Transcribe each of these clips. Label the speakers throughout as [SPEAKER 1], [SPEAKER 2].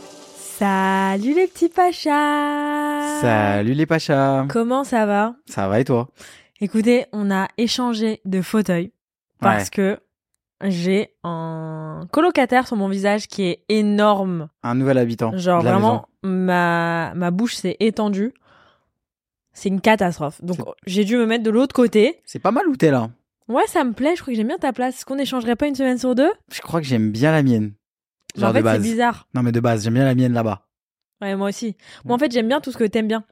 [SPEAKER 1] Salut les petits pachas
[SPEAKER 2] Salut les Pachas
[SPEAKER 1] Comment ça va
[SPEAKER 2] Ça va et toi
[SPEAKER 1] Écoutez, on a échangé de fauteuil parce que j'ai un colocataire sur mon visage qui est énorme.
[SPEAKER 2] Un nouvel habitant.
[SPEAKER 1] Genre
[SPEAKER 2] de la
[SPEAKER 1] vraiment, ma, ma bouche s'est étendue. C'est une catastrophe. Donc
[SPEAKER 2] C'est-
[SPEAKER 1] j'ai dû me mettre de l'autre côté.
[SPEAKER 2] C'est pas mal où t'es là
[SPEAKER 1] Ouais, ça me plaît, je crois que j'aime bien ta place. Est-ce qu'on échangerait pas une semaine sur deux
[SPEAKER 2] Je crois que j'aime bien la mienne.
[SPEAKER 1] Genre,
[SPEAKER 2] Genre
[SPEAKER 1] En fait,
[SPEAKER 2] de
[SPEAKER 1] c'est
[SPEAKER 2] base.
[SPEAKER 1] bizarre.
[SPEAKER 2] Non mais de base, j'aime bien la mienne là-bas.
[SPEAKER 1] Ouais, moi aussi. Moi, en fait, j'aime bien tout ce que t'aimes bien.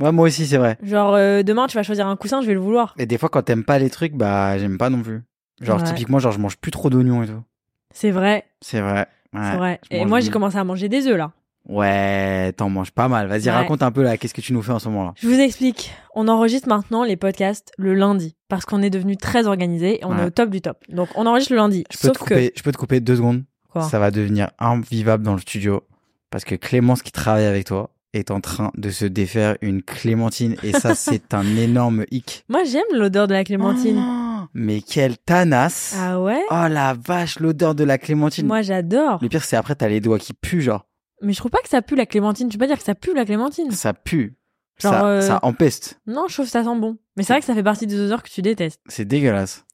[SPEAKER 2] Ouais, moi aussi c'est vrai.
[SPEAKER 1] Genre, euh, demain, tu vas choisir un coussin, je vais le vouloir.
[SPEAKER 2] Et des fois quand t'aimes pas les trucs, bah j'aime pas non plus. Genre
[SPEAKER 1] Ouais.
[SPEAKER 2] typiquement, genre je mange plus trop d'oignons et tout.
[SPEAKER 1] C'est vrai,
[SPEAKER 2] C'est vrai. Ouais.
[SPEAKER 1] c'est vrai.
[SPEAKER 2] je
[SPEAKER 1] Et
[SPEAKER 2] mange
[SPEAKER 1] moi, j'ai
[SPEAKER 2] bien.
[SPEAKER 1] commencé à manger des œufs, là.
[SPEAKER 2] Ouais, t'en manges pas mal. Vas-y,
[SPEAKER 1] Ouais.
[SPEAKER 2] raconte un peu là, qu'est-ce que tu nous fais en ce moment là
[SPEAKER 1] Je vous explique. On enregistre maintenant les podcasts le lundi parce qu'on est devenu très organisé et on est
[SPEAKER 2] Ouais.
[SPEAKER 1] au top du top. Donc on enregistre le lundi.
[SPEAKER 2] Je peux
[SPEAKER 1] Sauf
[SPEAKER 2] te couper,
[SPEAKER 1] que
[SPEAKER 2] je peux te couper deux secondes.
[SPEAKER 1] Quoi
[SPEAKER 2] Ça va devenir invivable dans le studio parce que Clémence qui travaille avec toi est en train de se défaire une clémentine et ça c'est un énorme hic.
[SPEAKER 1] moi j'aime l'odeur de la clémentine.
[SPEAKER 2] Oh, mais quelle tanasse
[SPEAKER 1] Ah ouais
[SPEAKER 2] Oh la vache, l'odeur de la clémentine.
[SPEAKER 1] Moi j'adore.
[SPEAKER 2] Le pire, c'est après, t'as les doigts qui puent, genre.
[SPEAKER 1] Mais je trouve pas que ça pue la clémentine. Tu peux pas dire que ça pue la clémentine.
[SPEAKER 2] Ça pue.
[SPEAKER 1] Genre,
[SPEAKER 2] ça,
[SPEAKER 1] euh,
[SPEAKER 2] ça empeste.
[SPEAKER 1] Non, je trouve que ça sent bon. Mais c'est vrai que ça fait partie des odeurs que tu détestes.
[SPEAKER 2] C'est dégueulasse.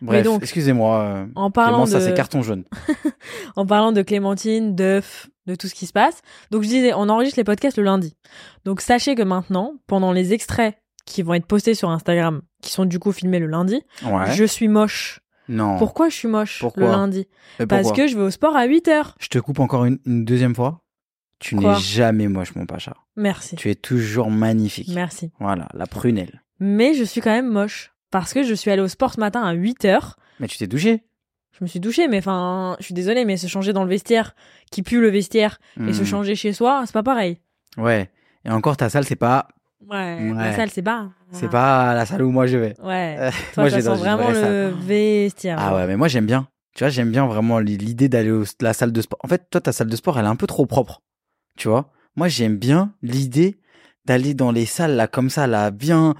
[SPEAKER 2] Bref,
[SPEAKER 1] donc,
[SPEAKER 2] excusez-moi. euh,
[SPEAKER 1] En parlant
[SPEAKER 2] Clémence, ça, c'est
[SPEAKER 1] de
[SPEAKER 2] carton jaune.
[SPEAKER 1] en parlant de clémentine, d'œufs, de tout ce qui se passe. Donc je disais, on enregistre les podcasts le lundi. Donc sachez que maintenant, pendant les extraits qui vont être postés sur Instagram, qui sont du coup filmés le lundi,
[SPEAKER 2] Ouais.
[SPEAKER 1] je suis moche.
[SPEAKER 2] Non.
[SPEAKER 1] Pourquoi je suis moche
[SPEAKER 2] Pourquoi
[SPEAKER 1] le lundi
[SPEAKER 2] Mais
[SPEAKER 1] Parce
[SPEAKER 2] pourquoi
[SPEAKER 1] que je vais au sport à 8 heures.
[SPEAKER 2] Je te coupe encore une, une deuxième fois. Tu
[SPEAKER 1] Quoi
[SPEAKER 2] n'es jamais moche, mon pacha.
[SPEAKER 1] Merci.
[SPEAKER 2] Tu es toujours magnifique.
[SPEAKER 1] Merci.
[SPEAKER 2] Voilà, la prunelle.
[SPEAKER 1] Mais je suis quand même moche. Parce que je suis allée au sport ce matin à 8 heures.
[SPEAKER 2] Mais tu t'es douché.
[SPEAKER 1] Je me suis douchée, mais enfin, je suis désolée, mais se changer dans le vestiaire, qui pue le vestiaire, et se
[SPEAKER 2] Hmm.
[SPEAKER 1] changer chez soi, c'est pas pareil.
[SPEAKER 2] Ouais. Et encore, ta salle, c'est pas,
[SPEAKER 1] Ouais,
[SPEAKER 2] Ouais.
[SPEAKER 1] la salle, c'est pas.
[SPEAKER 2] c'est pas la salle où moi je vais.
[SPEAKER 1] Ouais.
[SPEAKER 2] Euh,
[SPEAKER 1] Toi,
[SPEAKER 2] moi,
[SPEAKER 1] ça
[SPEAKER 2] j'ai
[SPEAKER 1] sent
[SPEAKER 2] dans une
[SPEAKER 1] vraiment
[SPEAKER 2] vraie
[SPEAKER 1] le
[SPEAKER 2] salle.
[SPEAKER 1] vestiaire.
[SPEAKER 2] Ah ouais, mais moi j'aime bien. Tu vois, j'aime bien vraiment l'i- l'idée d'aller à la salle de sport. En fait, toi, ta salle de sport, elle est un peu trop propre. Tu vois Moi, j'aime bien l'idée d'aller dans les salles là, comme ça, là, bien.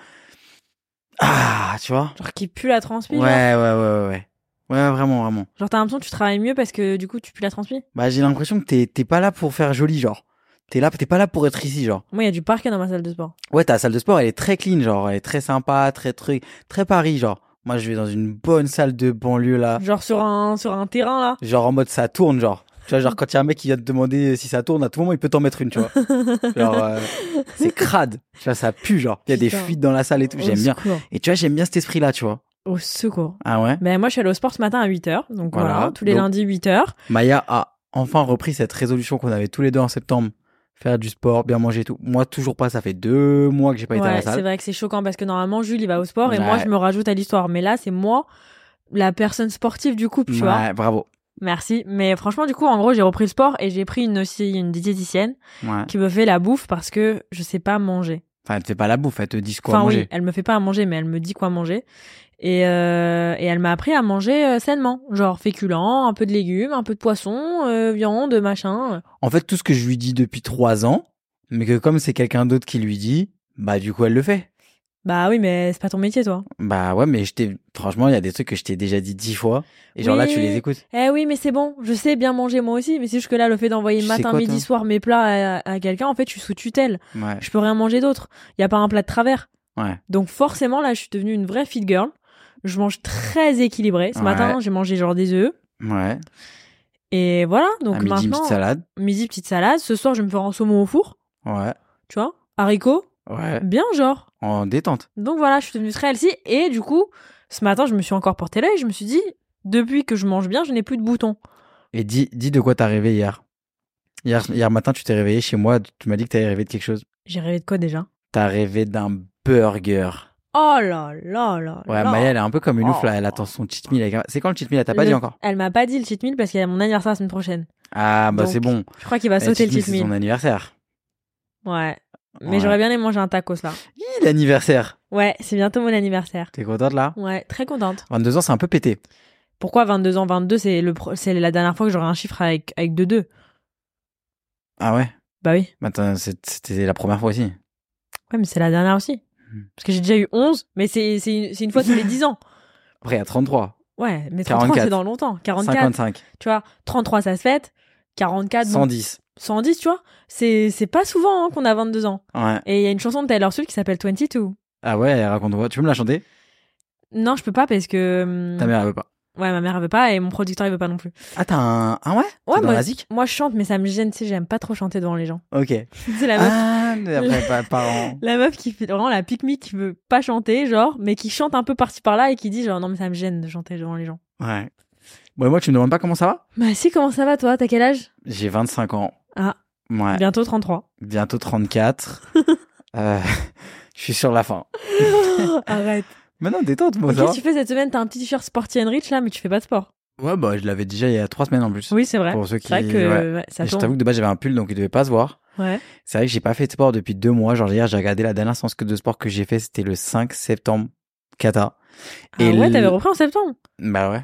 [SPEAKER 2] Ah, tu vois
[SPEAKER 1] Genre qui pue la transpi.
[SPEAKER 2] Ouais,
[SPEAKER 1] genre.
[SPEAKER 2] ouais, ouais, ouais, ouais. Ouais, vraiment, vraiment.
[SPEAKER 1] Genre, t'as l'impression que tu travailles mieux parce que du coup, tu pues la transpi.
[SPEAKER 2] Bah, j'ai l'impression que t'es t'es pas là pour faire joli, genre. T'es là, t'es pas là pour être ici, genre.
[SPEAKER 1] Moi, il y a du parquet dans ma salle de sport.
[SPEAKER 2] Ouais, ta salle de sport, elle est très clean, genre. Elle est très sympa, très truc, très Paris, genre. Moi, je vais dans une bonne salle de banlieue là.
[SPEAKER 1] Genre sur un, sur un terrain, là.
[SPEAKER 2] Genre en mode ça tourne, genre. Tu vois, genre quand il y a un mec qui vient te demander si ça tourne, à tout moment il peut t'en mettre une, tu vois. Genre, euh, c'est crade. Tu vois, ça pue, genre. Il y a des
[SPEAKER 1] Putain.
[SPEAKER 2] fuites dans la salle et tout.
[SPEAKER 1] Au
[SPEAKER 2] J'aime bien.
[SPEAKER 1] secours.
[SPEAKER 2] Et tu vois, j'aime bien cet esprit-là, tu vois.
[SPEAKER 1] Au secours.
[SPEAKER 2] Ah ouais.
[SPEAKER 1] Ben, moi, je suis allée au sport ce matin à 8h. Donc voilà,
[SPEAKER 2] Voilà.
[SPEAKER 1] tous les
[SPEAKER 2] Donc-
[SPEAKER 1] lundis, 8h.
[SPEAKER 2] Maya a enfin repris cette résolution qu'on avait tous les deux en septembre. Faire du sport, bien manger et tout. Moi, toujours pas. Ça fait deux mois que j'ai pas été à
[SPEAKER 1] Ouais,
[SPEAKER 2] la
[SPEAKER 1] c'est
[SPEAKER 2] salle.
[SPEAKER 1] vrai que c'est choquant parce que normalement, Jules, il va au sport et
[SPEAKER 2] Ouais.
[SPEAKER 1] moi, je me rajoute à l'histoire. Mais là, c'est moi, la personne sportive du couple, tu vois.
[SPEAKER 2] ouais, bravo.
[SPEAKER 1] Merci. Mais franchement, du coup, en gros, j'ai repris le sport et j'ai pris une aussi une diététicienne
[SPEAKER 2] Ouais.
[SPEAKER 1] qui me fait la bouffe parce que je sais pas manger.
[SPEAKER 2] Enfin, elle te fait pas la bouffe, elle te dit quoi
[SPEAKER 1] enfin, oui,
[SPEAKER 2] manger.
[SPEAKER 1] elle me fait pas à manger, mais elle me dit quoi manger. Et, euh, et elle m'a appris à manger euh, sainement. Genre féculent, un peu de légumes, un peu de poisson, euh, viande, machin.
[SPEAKER 2] En fait, tout ce que je lui dis depuis trois ans, mais que comme c'est quelqu'un d'autre qui lui dit, bah du coup elle le fait.
[SPEAKER 1] Bah oui, mais c'est pas ton métier, toi.
[SPEAKER 2] Bah ouais, mais je t'ai. Franchement, il y a des trucs que je t'ai déjà dit dix fois. Et genre là, tu
[SPEAKER 1] Oui.
[SPEAKER 2] les écoutes.
[SPEAKER 1] Eh oui, mais c'est bon, je sais bien manger moi aussi, mais c'est juste que là, le fait d'envoyer
[SPEAKER 2] Tu sais
[SPEAKER 1] matin,
[SPEAKER 2] quoi,
[SPEAKER 1] midi,
[SPEAKER 2] toi
[SPEAKER 1] soir mes plats à, à quelqu'un, en fait, je suis sous tutelle.
[SPEAKER 2] Ouais.
[SPEAKER 1] Je peux rien manger d'autre. Il y a pas un plat de travers.
[SPEAKER 2] Ouais.
[SPEAKER 1] Donc forcément, là, je suis devenue une vraie fit girl. Je mange très équilibré. Ce
[SPEAKER 2] Ouais.
[SPEAKER 1] matin, j'ai mangé genre des œufs.
[SPEAKER 2] Ouais.
[SPEAKER 1] Et voilà, donc
[SPEAKER 2] à Ah, midi, une
[SPEAKER 1] maintenant,
[SPEAKER 2] petite salade.
[SPEAKER 1] midi, petite salade. Ce soir, je vais me faire un saumon au four,
[SPEAKER 2] Ouais.
[SPEAKER 1] tu vois. Haricots,
[SPEAKER 2] Ouais.
[SPEAKER 1] bien genre.
[SPEAKER 2] En détente.
[SPEAKER 1] Donc voilà, je suis devenue très healthy. Et du coup, ce matin, je me suis encore porté l'œil. Je me suis dit, depuis que je mange bien, je n'ai plus de boutons.
[SPEAKER 2] Et dis, dis de quoi t'as rêvé hier. Hier, hier matin, tu t'es réveillé chez moi. Tu m'as dit que t'avais rêvé de quelque chose.
[SPEAKER 1] J'ai rêvé de quoi déjà
[SPEAKER 2] T'as rêvé d'un burger.
[SPEAKER 1] Oh là là là
[SPEAKER 2] Ouais,
[SPEAKER 1] là.
[SPEAKER 2] Maya, elle est un peu comme une
[SPEAKER 1] Oh.
[SPEAKER 2] ouf là. Elle attend son cheat meal. avec un- C'est quand le cheat meal Elle t'a pas
[SPEAKER 1] Le-
[SPEAKER 2] dit encore
[SPEAKER 1] Elle m'a pas dit le cheat meal parce qu'il y a mon anniversaire la semaine prochaine.
[SPEAKER 2] Ah, bah
[SPEAKER 1] Donc,
[SPEAKER 2] c'est bon.
[SPEAKER 1] Je crois qu'il va
[SPEAKER 2] Eh,
[SPEAKER 1] sauter le
[SPEAKER 2] cheat
[SPEAKER 1] cheat
[SPEAKER 2] meal, C'est
[SPEAKER 1] meal.
[SPEAKER 2] son anniversaire.
[SPEAKER 1] Ouais. Mais
[SPEAKER 2] Ouais.
[SPEAKER 1] j'aurais bien aimé manger un tacos là.
[SPEAKER 2] Hi, L'anniversaire.
[SPEAKER 1] Ouais, c'est bientôt mon anniversaire.
[SPEAKER 2] T'es contente là
[SPEAKER 1] Ouais, très contente.
[SPEAKER 2] 22 ans, c'est un peu pété.
[SPEAKER 1] Pourquoi 22 ans 22, c'est le pro- c'est la dernière fois que j'aurai un chiffre avec avec 2 2.
[SPEAKER 2] Ah ouais
[SPEAKER 1] Bah oui.
[SPEAKER 2] Bah, attends, c'est- C'était la première fois aussi.
[SPEAKER 1] Ouais, mais c'est la dernière aussi.
[SPEAKER 2] Hmm.
[SPEAKER 1] Parce que j'ai déjà eu 11, mais c'est c'est une, c'est une fois tous les 10 ans.
[SPEAKER 2] Après, à 33,
[SPEAKER 1] Ouais, mais 33
[SPEAKER 2] 44.
[SPEAKER 1] c'est dans longtemps. 44,
[SPEAKER 2] 55,
[SPEAKER 1] tu vois, 33 ça se fête, 44 bon,
[SPEAKER 2] 110.
[SPEAKER 1] 110, tu vois. C'est c'est pas souvent hein, qu'on a 22 ans.
[SPEAKER 2] Ouais.
[SPEAKER 1] Et il y a une chanson de Taylor Swift qui s'appelle 22.
[SPEAKER 2] Ah ouais, raconte-moi. Tu peux me la chanter
[SPEAKER 1] Non, je peux pas parce que. hum,
[SPEAKER 2] Ta mère, elle veut pas.
[SPEAKER 1] Ouais, ma mère elle veut pas et mon producteur il veut pas non plus.
[SPEAKER 2] Ah, t'as un. Ah ouais
[SPEAKER 1] Ouais,
[SPEAKER 2] T'es dans
[SPEAKER 1] moi,
[SPEAKER 2] la zik
[SPEAKER 1] moi je chante, mais ça me gêne, tu sais, j'aime pas trop chanter devant les gens.
[SPEAKER 2] Ok.
[SPEAKER 1] C'est la meuf,
[SPEAKER 2] Ah, mais après, pas parents.
[SPEAKER 1] la meuf qui fait vraiment la pique-me qui veut pas chanter, genre, mais qui chante un peu par-ci par-là et qui dit, genre, non, mais ça me gêne de chanter devant les gens.
[SPEAKER 2] Ouais. Bon, et moi, tu me demandes pas comment ça va
[SPEAKER 1] Bah, si, comment ça va toi T'as quel âge
[SPEAKER 2] J'ai 25 ans.
[SPEAKER 1] Ah.
[SPEAKER 2] Ouais.
[SPEAKER 1] Bientôt 33.
[SPEAKER 2] Bientôt 34. Euh, je suis sur la fin.
[SPEAKER 1] Arrête.
[SPEAKER 2] Maintenant, détente, moi,
[SPEAKER 1] Mais
[SPEAKER 2] ça
[SPEAKER 1] Qu'est-ce
[SPEAKER 2] va.
[SPEAKER 1] que tu fais cette semaine T'as un petit t-shirt Sporty and Rich là, mais tu fais pas de sport.
[SPEAKER 2] Ouais, bah, je l'avais déjà il y a trois semaines en plus.
[SPEAKER 1] Oui, c'est vrai.
[SPEAKER 2] Pour ceux qui.
[SPEAKER 1] C'est vrai que
[SPEAKER 2] ouais.
[SPEAKER 1] ouais, ça
[SPEAKER 2] Et Je
[SPEAKER 1] tombe.
[SPEAKER 2] t'avoue que de base, j'avais un pull, donc il devait pas se voir.
[SPEAKER 1] Ouais.
[SPEAKER 2] C'est vrai que j'ai pas fait de sport depuis deux mois. Genre, hier, j'ai regardé la dernière séance de sport que j'ai fait, c'était le 5 septembre, kata.
[SPEAKER 1] Ah
[SPEAKER 2] Et
[SPEAKER 1] ouais,
[SPEAKER 2] le-
[SPEAKER 1] t'avais repris en septembre.
[SPEAKER 2] Bah ouais.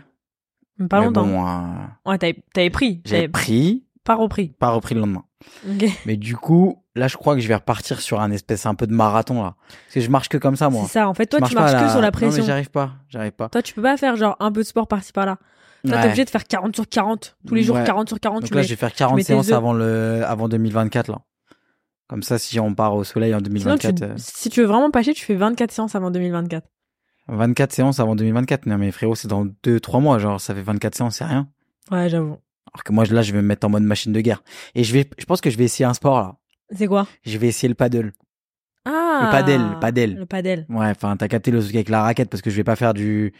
[SPEAKER 1] Pas
[SPEAKER 2] Mais
[SPEAKER 1] longtemps. Eh.
[SPEAKER 2] bon, euh,
[SPEAKER 1] Ouais, t'avais t'avais pris.
[SPEAKER 2] j'ai
[SPEAKER 1] T'avais
[SPEAKER 2] pris,
[SPEAKER 1] pas repris.
[SPEAKER 2] pas repris le lendemain.
[SPEAKER 1] Ok.
[SPEAKER 2] Mais du coup, là, je crois que je vais repartir sur un espèce un peu de marathon, là. Parce que je marche que comme ça, moi.
[SPEAKER 1] C'est ça. En fait, toi,
[SPEAKER 2] Je
[SPEAKER 1] tu
[SPEAKER 2] marche
[SPEAKER 1] marches
[SPEAKER 2] pas à
[SPEAKER 1] que sur la pression.
[SPEAKER 2] Non, mais j'arrive pas, j'arrive pas.
[SPEAKER 1] Toi, tu peux pas faire genre un peu de sport par-ci par-là. Toi,
[SPEAKER 2] Ouais.
[SPEAKER 1] t'es obligé de faire 40 sur 40. Tous les jours,
[SPEAKER 2] Ouais.
[SPEAKER 1] 40 sur 40.
[SPEAKER 2] Donc
[SPEAKER 1] tu
[SPEAKER 2] là,
[SPEAKER 1] mets-
[SPEAKER 2] je vais faire 40
[SPEAKER 1] mets tes
[SPEAKER 2] séances
[SPEAKER 1] œufs.
[SPEAKER 2] avant le, avant 2024, là. Comme ça, si on part au soleil en
[SPEAKER 1] Sinon,
[SPEAKER 2] 2024,
[SPEAKER 1] tu-
[SPEAKER 2] euh,
[SPEAKER 1] si tu veux vraiment pas chier, tu fais 24 séances avant 2024.
[SPEAKER 2] 24 séances avant 2024. Non, mais frérot, c'est dans 2-3 mois, genre, ça fait 24 séances, c'est rien.
[SPEAKER 1] Ouais, j'avoue.
[SPEAKER 2] Alors que moi, là, je vais me mettre en mode machine de guerre. Et je vais, je pense que je vais essayer un sport, là.
[SPEAKER 1] C'est quoi
[SPEAKER 2] Je vais essayer le paddle.
[SPEAKER 1] Ah
[SPEAKER 2] Le padel, le padel.
[SPEAKER 1] Le padel.
[SPEAKER 2] Ouais, enfin, t'as capté le truc avec la raquette parce que je vais pas faire du,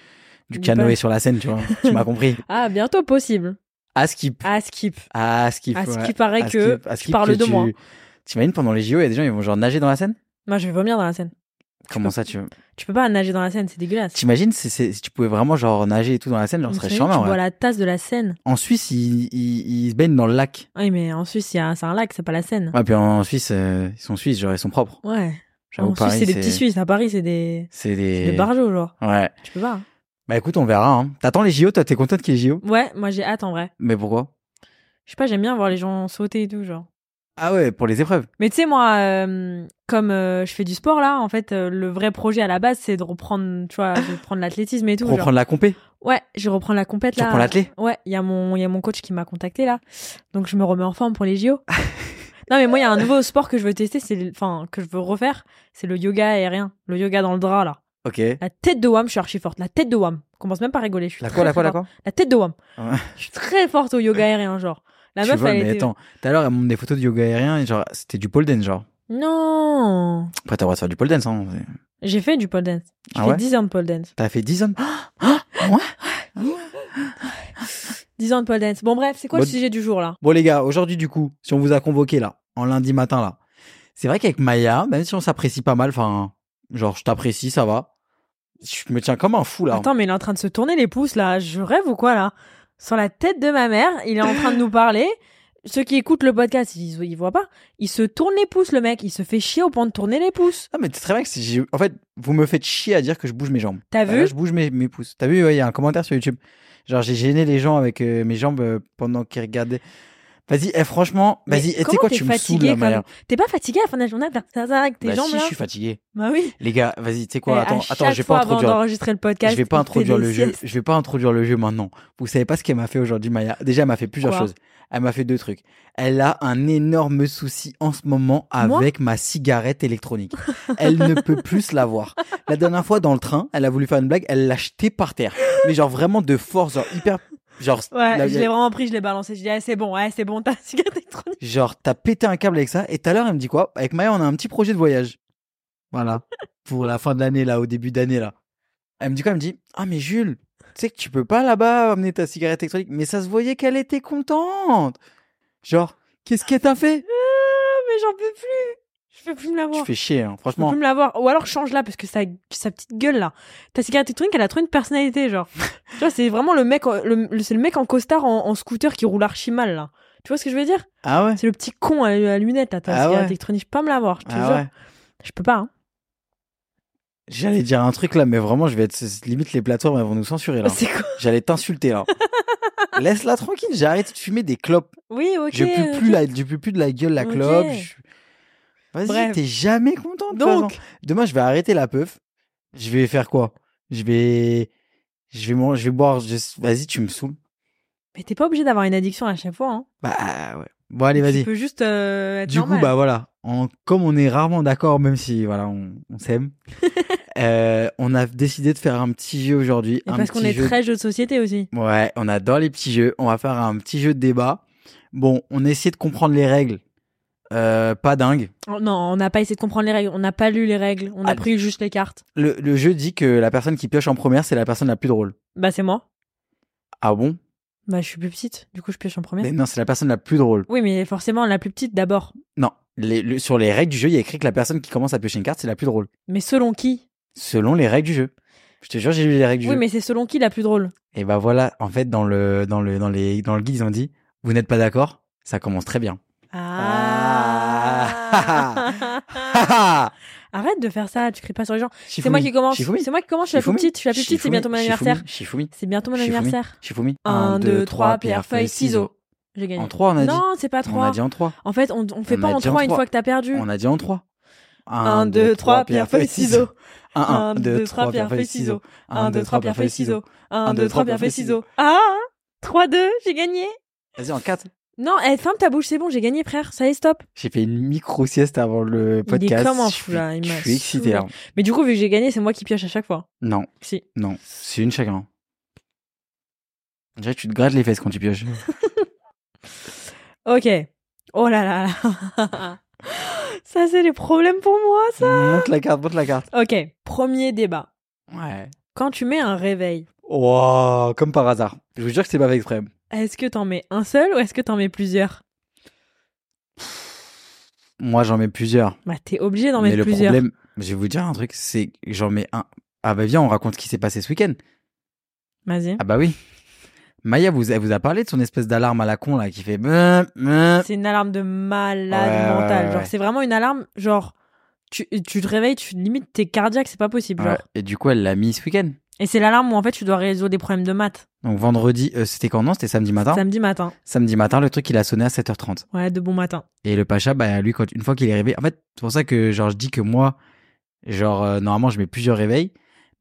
[SPEAKER 2] du
[SPEAKER 1] Du
[SPEAKER 2] canoë
[SPEAKER 1] paddle.
[SPEAKER 2] sur la scène, tu vois. tu m'as compris.
[SPEAKER 1] Ah, bientôt possible.
[SPEAKER 2] À skip.
[SPEAKER 1] Ah, skip.
[SPEAKER 2] À skip.
[SPEAKER 1] Ah, ce
[SPEAKER 2] ouais.
[SPEAKER 1] qui paraît
[SPEAKER 2] À
[SPEAKER 1] que.
[SPEAKER 2] skip- à skip
[SPEAKER 1] parles
[SPEAKER 2] que
[SPEAKER 1] de
[SPEAKER 2] tu-
[SPEAKER 1] moi.
[SPEAKER 2] T'imagines pendant les JO, il y a des gens, ils vont genre nager dans la Seine
[SPEAKER 1] Moi, je vais vomir dans la scène.
[SPEAKER 2] Comment ça, tu veux
[SPEAKER 1] Tu peux pas nager dans la scène, c'est dégueulasse.
[SPEAKER 2] T'imagines si, c'est- si tu pouvais vraiment genre nager et tout dans la Seine, genre,
[SPEAKER 1] Donc,
[SPEAKER 2] ce serait
[SPEAKER 1] tu
[SPEAKER 2] charmant, ouais.
[SPEAKER 1] bois la tasse de la Seine. Ah
[SPEAKER 2] En Suisse, ils, ils, ils se baignent dans le lac.
[SPEAKER 1] Oui, mais en Suisse, il y a- c'est un lac, c'est pas la Seine.
[SPEAKER 2] Ouais, puis en Suisse, euh, ils sont suisses, genre, ils sont propres.
[SPEAKER 1] Ouais.
[SPEAKER 2] J'avoue,
[SPEAKER 1] en Suisse,
[SPEAKER 2] Paris,
[SPEAKER 1] c'est des petits Suisses. À Paris, c'est des.
[SPEAKER 2] C'est
[SPEAKER 1] c'est
[SPEAKER 2] des.
[SPEAKER 1] des barjots, genre.
[SPEAKER 2] ouais.
[SPEAKER 1] Tu peux pas. hein.
[SPEAKER 2] Bah écoute, on verra. Hein. T'attends les JO, toi, t'es contente qu'il y ait JO
[SPEAKER 1] Ouais, moi, j'ai hâte en vrai.
[SPEAKER 2] Mais pourquoi
[SPEAKER 1] Je sais pas, j'aime bien voir les gens sauter et tout, genre.
[SPEAKER 2] Ah ouais, pour les épreuves.
[SPEAKER 1] Mais tu sais, moi, euh, comme euh, je fais du sport là, en fait, euh, le vrai projet à la base, c'est de reprendre, tu vois, de reprendre l'athlétisme et tout.
[SPEAKER 2] Pour
[SPEAKER 1] genre.
[SPEAKER 2] reprendre la compé.
[SPEAKER 1] Ouais, je reprends la compète
[SPEAKER 2] Tu
[SPEAKER 1] là.
[SPEAKER 2] reprends l'athlé
[SPEAKER 1] Ouais, il y a mon, il y a mon coach qui m'a contacté là, donc je me remets en forme pour les JO. non mais moi, il y a un nouveau sport que je veux tester, c'est, le- enfin, que je veux refaire, c'est le yoga aérien, le yoga dans le drap là.
[SPEAKER 2] Ok.
[SPEAKER 1] La tête de Wam, je suis archi forte. La tête de Wam, commence même pas à rigoler. Je suis
[SPEAKER 2] La
[SPEAKER 1] très,
[SPEAKER 2] quoi, la
[SPEAKER 1] très
[SPEAKER 2] quoi, la
[SPEAKER 1] forte.
[SPEAKER 2] quoi
[SPEAKER 1] La tête de Wam.
[SPEAKER 2] Ouais.
[SPEAKER 1] Je suis très forte au yoga aérien, genre. La
[SPEAKER 2] Tu
[SPEAKER 1] meuf,
[SPEAKER 2] vois,
[SPEAKER 1] elle
[SPEAKER 2] mais
[SPEAKER 1] était.
[SPEAKER 2] attends, tout à l'heure, elle montre des photos de yoga aérien, et genre, c'était du pole dance, genre.
[SPEAKER 1] Non.
[SPEAKER 2] Après, t'as le droit de faire du pole dance, hein. c'est-
[SPEAKER 1] J'ai fait du pole dance. J'ai
[SPEAKER 2] Ah
[SPEAKER 1] fait
[SPEAKER 2] ouais
[SPEAKER 1] 10 ans de pole dance.
[SPEAKER 2] T'as fait 10 ans
[SPEAKER 1] 10 ans de pole dance. Bon, bref, c'est quoi
[SPEAKER 2] Bon-
[SPEAKER 1] le sujet du jour là
[SPEAKER 2] Bon les gars, aujourd'hui du coup, si on vous a convoqué là, en lundi matin là, c'est vrai qu'avec Maya, même si on s'apprécie pas mal, enfin, genre je t'apprécie, ça va. Je me tiens comme un fou là.
[SPEAKER 1] Attends, mais il est en train de se tourner les pouces là. Je rêve ou quoi là Sur la tête de ma mère, il est en train de nous parler. Ceux qui écoutent le podcast, ils, ils voient pas. Il se tourne les pouces, le mec. Il se fait chier au point de tourner les pouces.
[SPEAKER 2] Ah mais c'est très bien que c'est- j'ai- en fait, vous me faites chier à dire que je bouge mes jambes.
[SPEAKER 1] T'as
[SPEAKER 2] Bah, là,
[SPEAKER 1] vu
[SPEAKER 2] je bouge mes, mes pouces. T'as vu, ouais, il y a un commentaire sur YouTube. Genre j'ai gêné les gens avec euh, mes jambes euh, pendant qu'ils regardaient. Vas-y, eh, franchement,
[SPEAKER 1] Mais
[SPEAKER 2] vas-y, eh, tu sais
[SPEAKER 1] comment
[SPEAKER 2] quoi,
[SPEAKER 1] t'es
[SPEAKER 2] tu me saoules
[SPEAKER 1] fatigué
[SPEAKER 2] là,
[SPEAKER 1] comme-
[SPEAKER 2] Maya.
[SPEAKER 1] T'es pas fatigué à la fin de la journée à faire ça, ça avec tes
[SPEAKER 2] Bah,
[SPEAKER 1] jambes
[SPEAKER 2] si,
[SPEAKER 1] là
[SPEAKER 2] je suis fatigué.
[SPEAKER 1] Bah oui.
[SPEAKER 2] Les gars, vas-y, tu sais quoi,
[SPEAKER 1] Et à
[SPEAKER 2] attends, attends,
[SPEAKER 1] chaque
[SPEAKER 2] je vais pas
[SPEAKER 1] fois avant
[SPEAKER 2] introduire.
[SPEAKER 1] d'enregistrer le podcast.
[SPEAKER 2] Je vais pas
[SPEAKER 1] il fait
[SPEAKER 2] introduire
[SPEAKER 1] des
[SPEAKER 2] le jeu.
[SPEAKER 1] siestes.
[SPEAKER 2] Je vais pas introduire le jeu maintenant. Vous savez pas ce qu'elle m'a fait aujourd'hui, Maya. Déjà, elle m'a fait plusieurs
[SPEAKER 1] Quoi
[SPEAKER 2] choses. Elle m'a fait deux trucs. Elle a un énorme souci en ce moment
[SPEAKER 1] Moi
[SPEAKER 2] avec ma cigarette électronique. Elle ne peut plus la voir. La dernière fois dans le train, elle a voulu faire une blague, elle l'a jetée par terre. Mais genre vraiment de force, genre hyper, genre,
[SPEAKER 1] Ouais,
[SPEAKER 2] la-
[SPEAKER 1] je l'ai vraiment pris, je l'ai balancé. Je dis, ah, c'est bon, ouais, c'est bon, t'as un cigarette électronique.
[SPEAKER 2] genre t'as pété un câble avec ça. Et tout à l'heure, elle me dit quoi Avec Maya, on a un petit projet de voyage. Voilà. Pour la fin de l'année là, au début d'année là. Elle me dit quoi Elle me dit Ah mais Jules, tu sais que tu peux pas là-bas amener ta cigarette électronique. Mais ça se voyait qu'elle était contente. Genre, qu'est-ce qu'elle t'a fait
[SPEAKER 1] Mais j'en peux plus. Je peux plus me la
[SPEAKER 2] Tu
[SPEAKER 1] voir.
[SPEAKER 2] fais chier, hein,
[SPEAKER 1] Je peux
[SPEAKER 2] franchement.
[SPEAKER 1] plus me la voir. Ou alors change-la, parce que sa, sa petite gueule, là. Ta cigarette électronique, elle a trop une personnalité, genre. tu vois, c'est vraiment le mec, en- le, le- c'est le mec en costard en, en scooter qui roule archi mal, là. Tu vois ce que je veux dire
[SPEAKER 2] Ah ouais
[SPEAKER 1] C'est le petit con à, à lunettes, là, ta
[SPEAKER 2] Ah
[SPEAKER 1] cigarette
[SPEAKER 2] ouais.
[SPEAKER 1] électronique. Je peux pas me la voir, je te
[SPEAKER 2] Ah
[SPEAKER 1] jure.
[SPEAKER 2] ouais.
[SPEAKER 1] Je peux pas, hein.
[SPEAKER 2] J'allais dire un truc là, mais vraiment, je vais être. c'est- Limite, les plateformes, elles vont nous censurer là.
[SPEAKER 1] C'est quoi
[SPEAKER 2] J'allais t'insulter là. Laisse-la tranquille, j'ai arrêté de fumer des clopes.
[SPEAKER 1] Oui, ok.
[SPEAKER 2] je pue
[SPEAKER 1] ok.
[SPEAKER 2] plus, la... je pue plus de la gueule la
[SPEAKER 1] Ok.
[SPEAKER 2] clope. je- Vas-y,
[SPEAKER 1] Bref.
[SPEAKER 2] t'es jamais contente. de toute façon.
[SPEAKER 1] Donc,
[SPEAKER 2] demain, je vais arrêter la peuf. Je vais faire quoi Je vais. Je vais, manger, je vais boire. je- Vas-y, tu me saoules.
[SPEAKER 1] mais t'es pas obligé d'avoir une addiction à chaque fois, hein.
[SPEAKER 2] Bah ouais. Bon, allez,
[SPEAKER 1] Tu
[SPEAKER 2] vas-y.
[SPEAKER 1] peux juste euh, être
[SPEAKER 2] Du
[SPEAKER 1] normal.
[SPEAKER 2] coup, bah voilà. En- comme on est rarement d'accord, même si voilà, on, on s'aime, euh, on a décidé de faire un petit jeu aujourd'hui.
[SPEAKER 1] Et
[SPEAKER 2] un
[SPEAKER 1] parce qu'on
[SPEAKER 2] petit
[SPEAKER 1] est
[SPEAKER 2] jeu-
[SPEAKER 1] très jeu de société aussi.
[SPEAKER 2] Ouais, on adore les petits jeux. On va faire un petit jeu de débat. Bon, on essaie de comprendre les règles. Euh, pas dingue.
[SPEAKER 1] Oh, Non, on n'a pas essayé de comprendre les règles, on n'a pas lu les règles, on a
[SPEAKER 2] Ah,
[SPEAKER 1] pris juste les cartes.
[SPEAKER 2] Le, le jeu dit que la personne qui pioche en première, c'est la personne la plus drôle.
[SPEAKER 1] Bah c'est moi.
[SPEAKER 2] Ah bon
[SPEAKER 1] Bah je suis plus petite, du coup je pioche en première.
[SPEAKER 2] Mais non, c'est la personne la plus drôle.
[SPEAKER 1] Oui, mais forcément la plus petite d'abord.
[SPEAKER 2] Non, les- le- sur les règles du jeu, il y a écrit que la personne qui commence à piocher une carte, c'est la plus drôle.
[SPEAKER 1] Mais selon qui
[SPEAKER 2] Selon les règles du jeu. Je te jure, j'ai lu les règles du
[SPEAKER 1] Oui,
[SPEAKER 2] jeu.
[SPEAKER 1] mais c'est selon qui la plus drôle.
[SPEAKER 2] Et bah voilà, en fait, dans le, dans le, dans les, dans le guide, ils ont dit, vous n'êtes pas d'accord Ça commence très bien. Ah.
[SPEAKER 1] Arrête de faire ça, tu cries pas sur les gens. C'est moi qui commence.
[SPEAKER 2] Shifumi.
[SPEAKER 1] C'est moi qui commence, je suis la plus
[SPEAKER 2] Shifumi.
[SPEAKER 1] petite, je suis la plus petite, c'est bientôt mon anniversaire.
[SPEAKER 2] Shifumi.
[SPEAKER 1] C'est bientôt mon
[SPEAKER 2] Shifumi.
[SPEAKER 1] anniversaire.
[SPEAKER 2] Shifumi.
[SPEAKER 1] 1 2 3 pierre feuille ciseaux. J'ai gagné.
[SPEAKER 2] En 3, on a dit.
[SPEAKER 1] Non, c'est pas
[SPEAKER 2] On
[SPEAKER 1] 3.
[SPEAKER 2] a dit en 3.
[SPEAKER 1] En fait, on, on fait
[SPEAKER 2] On
[SPEAKER 1] pas
[SPEAKER 2] a
[SPEAKER 1] en
[SPEAKER 2] dit en
[SPEAKER 1] 3 une
[SPEAKER 2] trois.
[SPEAKER 1] fois que t'as perdu.
[SPEAKER 2] On a dit en 3.
[SPEAKER 1] 1, 2, 3, pierre, feuille, ciseaux. 1, 2, 3, pierre, feuille, ciseaux. 1, 2, 3, pierre, feuille, ciseaux. 1, 2, 3, pierre, feuille, ciseaux. Ah 3, 2, j'ai gagné.
[SPEAKER 2] Vas-y, en 4.
[SPEAKER 1] Non, eh, ferme ta bouche, c'est bon, j'ai gagné, frère. Ça y est, stop.
[SPEAKER 2] J'ai fait une micro-sieste avant le podcast.
[SPEAKER 1] comme un
[SPEAKER 2] Je
[SPEAKER 1] fou, là,
[SPEAKER 2] suis-
[SPEAKER 1] il
[SPEAKER 2] Je
[SPEAKER 1] m'a
[SPEAKER 2] suis excité,
[SPEAKER 1] saoulé.
[SPEAKER 2] là.
[SPEAKER 1] Mais du coup, vu que j'ai gagné, c'est moi qui pioche à chaque fois.
[SPEAKER 2] Non,
[SPEAKER 1] Si.
[SPEAKER 2] non. C'est une chacun. Déjà, tu te grattes les fesses quand tu pioches.
[SPEAKER 1] Ok. Oh là là là. Ça, c'est les problèmes pour moi, ça.
[SPEAKER 2] monte la carte, monte la carte.
[SPEAKER 1] Ok. Premier débat.
[SPEAKER 2] Ouais.
[SPEAKER 1] Quand tu mets un réveil,
[SPEAKER 2] Wow, comme par hasard. Je vous jure que c'est pas fait exprès.
[SPEAKER 1] est-ce que t'en mets un seul ou est-ce que t'en mets plusieurs
[SPEAKER 2] Moi, j'en mets plusieurs.
[SPEAKER 1] Bah, t'es obligé d'en
[SPEAKER 2] mais
[SPEAKER 1] mettre
[SPEAKER 2] le
[SPEAKER 1] plusieurs.
[SPEAKER 2] problème, je vais vous dire un truc, c'est que j'en mets un. Ah bah viens, on raconte ce qui s'est passé ce week-end.
[SPEAKER 1] Vas-y.
[SPEAKER 2] Ah bah oui. Maya, vous, elle vous a parlé de son espèce d'alarme à la con là qui fait. meuh, meuh.
[SPEAKER 1] C'est une alarme de malade
[SPEAKER 2] Ah. Ouais, ouais,
[SPEAKER 1] mentale.
[SPEAKER 2] ouais,
[SPEAKER 1] genre,
[SPEAKER 2] ouais.
[SPEAKER 1] c'est vraiment une alarme, genre, tu, tu te réveilles, tu limite, t'es cardiaque, c'est pas possible.
[SPEAKER 2] Ouais,
[SPEAKER 1] Genre.
[SPEAKER 2] Et du coup, elle l'a mis ce week-end.
[SPEAKER 1] Et c'est l'alarme où, en fait, tu dois résoudre des problèmes de maths.
[SPEAKER 2] Donc vendredi, euh, c'était quand non C'était samedi matin.
[SPEAKER 1] Samedi matin.
[SPEAKER 2] Samedi matin, le truc il a sonné à 7h30.
[SPEAKER 1] Ouais, de bon matin.
[SPEAKER 2] Et le pacha, bah lui, quand, une fois qu'il est réveillé, en fait, c'est pour ça que genre je dis que moi, genre euh, normalement je mets plusieurs réveils,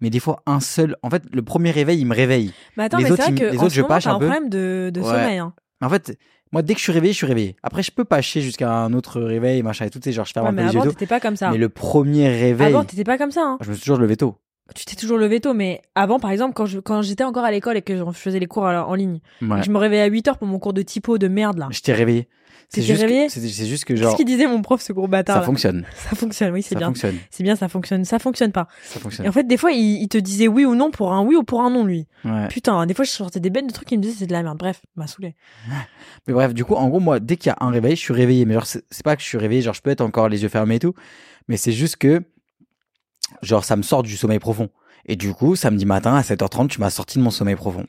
[SPEAKER 2] mais des fois un seul. En fait, le premier réveil, il me réveille.
[SPEAKER 1] Mais attends,
[SPEAKER 2] Les
[SPEAKER 1] mais
[SPEAKER 2] autres,
[SPEAKER 1] c'est vrai
[SPEAKER 2] ils-
[SPEAKER 1] que
[SPEAKER 2] les
[SPEAKER 1] en
[SPEAKER 2] autres,
[SPEAKER 1] ce
[SPEAKER 2] je
[SPEAKER 1] moment,
[SPEAKER 2] pâche
[SPEAKER 1] t'as
[SPEAKER 2] un
[SPEAKER 1] un
[SPEAKER 2] peu.
[SPEAKER 1] problMais de, de
[SPEAKER 2] Ouais.
[SPEAKER 1] sommeil. hein.
[SPEAKER 2] Mais En fait, moi dès que je suis réveillé, je suis réveillé. Après, je peux pâcher jusqu'à un autre réveil, machin et tout. Tu sais, genre je ferme
[SPEAKER 1] Ouais,
[SPEAKER 2] un peu
[SPEAKER 1] mais
[SPEAKER 2] les yeux.
[SPEAKER 1] avant,
[SPEAKER 2] et tout.
[SPEAKER 1] t'étais pas comme ça.
[SPEAKER 2] Mais le premier réveil,
[SPEAKER 1] Avant, t'étais pas comme ça. hein.
[SPEAKER 2] je me suis toujours levé tôt.
[SPEAKER 1] Tu t'es toujours levé tôt, mais avant, par exemple, quand je quand j'étais encore à l'école et que je faisais les cours à la- en ligne,
[SPEAKER 2] Ouais.
[SPEAKER 1] je me réveillais à 8 heures pour mon cours de typo de merde là.
[SPEAKER 2] Je t'ai réveillé.
[SPEAKER 1] T'étais
[SPEAKER 2] C'est juste,
[SPEAKER 1] réveillé
[SPEAKER 2] que, c'est- c'est juste que genre
[SPEAKER 1] Qu'est-ce qu'il disait mon prof, ce gros bâtard
[SPEAKER 2] ça
[SPEAKER 1] là
[SPEAKER 2] fonctionne,
[SPEAKER 1] Ça fonctionne, oui, c'est
[SPEAKER 2] ça
[SPEAKER 1] bien.
[SPEAKER 2] fonctionne,
[SPEAKER 1] C'est bien, ça fonctionne. Ça fonctionne pas.
[SPEAKER 2] ça
[SPEAKER 1] Et
[SPEAKER 2] fonctionne.
[SPEAKER 1] en fait, des fois, il, il te disait oui ou non pour un oui ou pour un non, lui.
[SPEAKER 2] Ouais.
[SPEAKER 1] Putain, des fois, je sortais des bêtes de trucs, il me disait c'est de la merde. Bref, il m'a saoulé.
[SPEAKER 2] Mais bref, du coup, en gros, moi, dès qu'il y a un réveil, je suis réveillé. Mais genre, c'est c'est pas que je suis réveillé, genre, je peux être encore les yeux fermés et tout. Mais c'est juste que, genre, ça me sort du sommeil profond. Et du coup, samedi matin, à 7h30, tu m'as sorti de mon sommeil profond.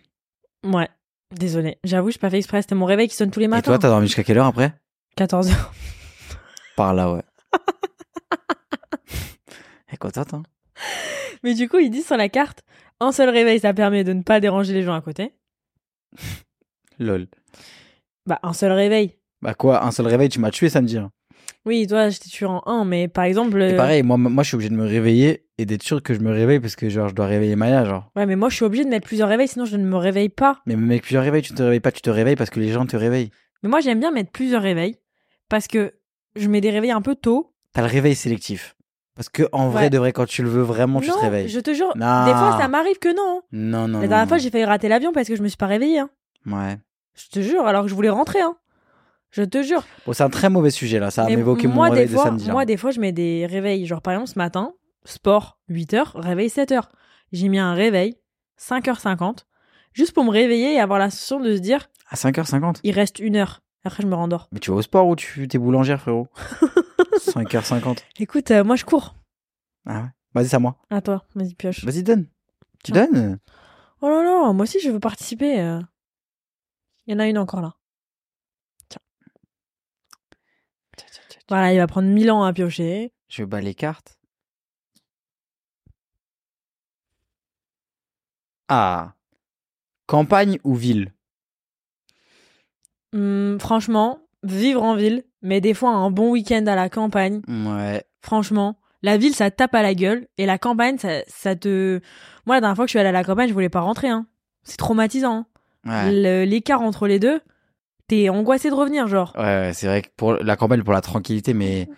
[SPEAKER 1] Ouais. Désolé. J'avoue, j'ai pas fait exprès. C'était mon réveil qui sonne tous les
[SPEAKER 2] et
[SPEAKER 1] matins.
[SPEAKER 2] toi, t'as dormi jusqu'à quelle heure après
[SPEAKER 1] 14 heures.
[SPEAKER 2] Par là, ouais. et hein. quoi, t'attends
[SPEAKER 1] Mais du coup, ils disent sur la carte, un seul réveil, ça permet de ne pas déranger les gens à côté.
[SPEAKER 2] Lol.
[SPEAKER 1] Bah, un seul réveil.
[SPEAKER 2] Bah quoi, un seul réveil, tu m'as tué samedi. hein.
[SPEAKER 1] Oui, toi, je t'ai tué en un, mais par exemple.
[SPEAKER 2] Et
[SPEAKER 1] euh,
[SPEAKER 2] pareil, moi, moi, je suis obligé de me réveiller et d'être sûr que je me réveille parce que, genre, je dois réveiller Maya, genre.
[SPEAKER 1] Ouais, mais moi, je suis obligée de mettre plusieurs réveils, sinon je ne me réveille pas.
[SPEAKER 2] Mais mec, plusieurs réveils, tu te réveilles pas, tu te réveilles parce que les gens te réveillent.
[SPEAKER 1] Mais moi, j'aime bien mettre plusieurs réveils parce que je mets des réveils un peu tôt.
[SPEAKER 2] T'as le réveil sélectif. Parce que en vrai,
[SPEAKER 1] Ouais.
[SPEAKER 2] de vrai, quand tu le veux vraiment, tu
[SPEAKER 1] non,
[SPEAKER 2] te réveilles.
[SPEAKER 1] je te jure.
[SPEAKER 2] Non. Hmm.
[SPEAKER 1] Des fois, ça m'arrive que non. hein. La
[SPEAKER 2] Non, non. non,
[SPEAKER 1] dernière
[SPEAKER 2] non.
[SPEAKER 1] fois, j'ai failli rater l'avion parce que je me suis pas réveillée. hein.
[SPEAKER 2] Ouais.
[SPEAKER 1] Je te jure, alors que je voulais rentrer. Hein. Je te jure.
[SPEAKER 2] Bon, c'est un très mauvais sujet là. Ça a
[SPEAKER 1] Mais
[SPEAKER 2] évoqué mon
[SPEAKER 1] moi,
[SPEAKER 2] réveil
[SPEAKER 1] des fois,
[SPEAKER 2] de samedi. hein. là.
[SPEAKER 1] Moi, des fois, je mets des réveils. Genre, par exemple, ce matin, sport, 8h, réveil 7h. J'ai mis un réveil, 5h50, juste pour me réveiller et avoir la sensation de se dire,
[SPEAKER 2] À 5h50.
[SPEAKER 1] il reste une heure. Après, je me rendors.
[SPEAKER 2] Mais tu vas au sport ou tu t'es boulangère, frérot 5h50.
[SPEAKER 1] Écoute, euh, moi je cours.
[SPEAKER 2] Ah ouais. Vas-y, c'est à moi.
[SPEAKER 1] À toi, vas-y, pioche.
[SPEAKER 2] Vas-y, donne. Tu
[SPEAKER 1] Tiens.
[SPEAKER 2] donnes
[SPEAKER 1] Oh là là, moi aussi je veux participer. euh. Il y en a une encore là. Tiens. Voilà, il va prendre 1000 ans à piocher.
[SPEAKER 2] Je bats les cartes. Ah. Campagne ou ville
[SPEAKER 1] Hum, franchement, vivre en ville, mais des fois un bon week-end à la campagne,
[SPEAKER 2] Ouais.
[SPEAKER 1] franchement, la ville ça tape à la gueule et la campagne ça, ça te. Moi la dernière fois que je suis allée à la campagne, je voulais pas rentrer. Hein. C'est traumatisant. hein.
[SPEAKER 2] Ouais,
[SPEAKER 1] Le- L'écart entre les deux, t'es angoissé de revenir, genre.
[SPEAKER 2] ouais, ouais, c'est vrai que pour la campagne, pour la tranquillité, mais.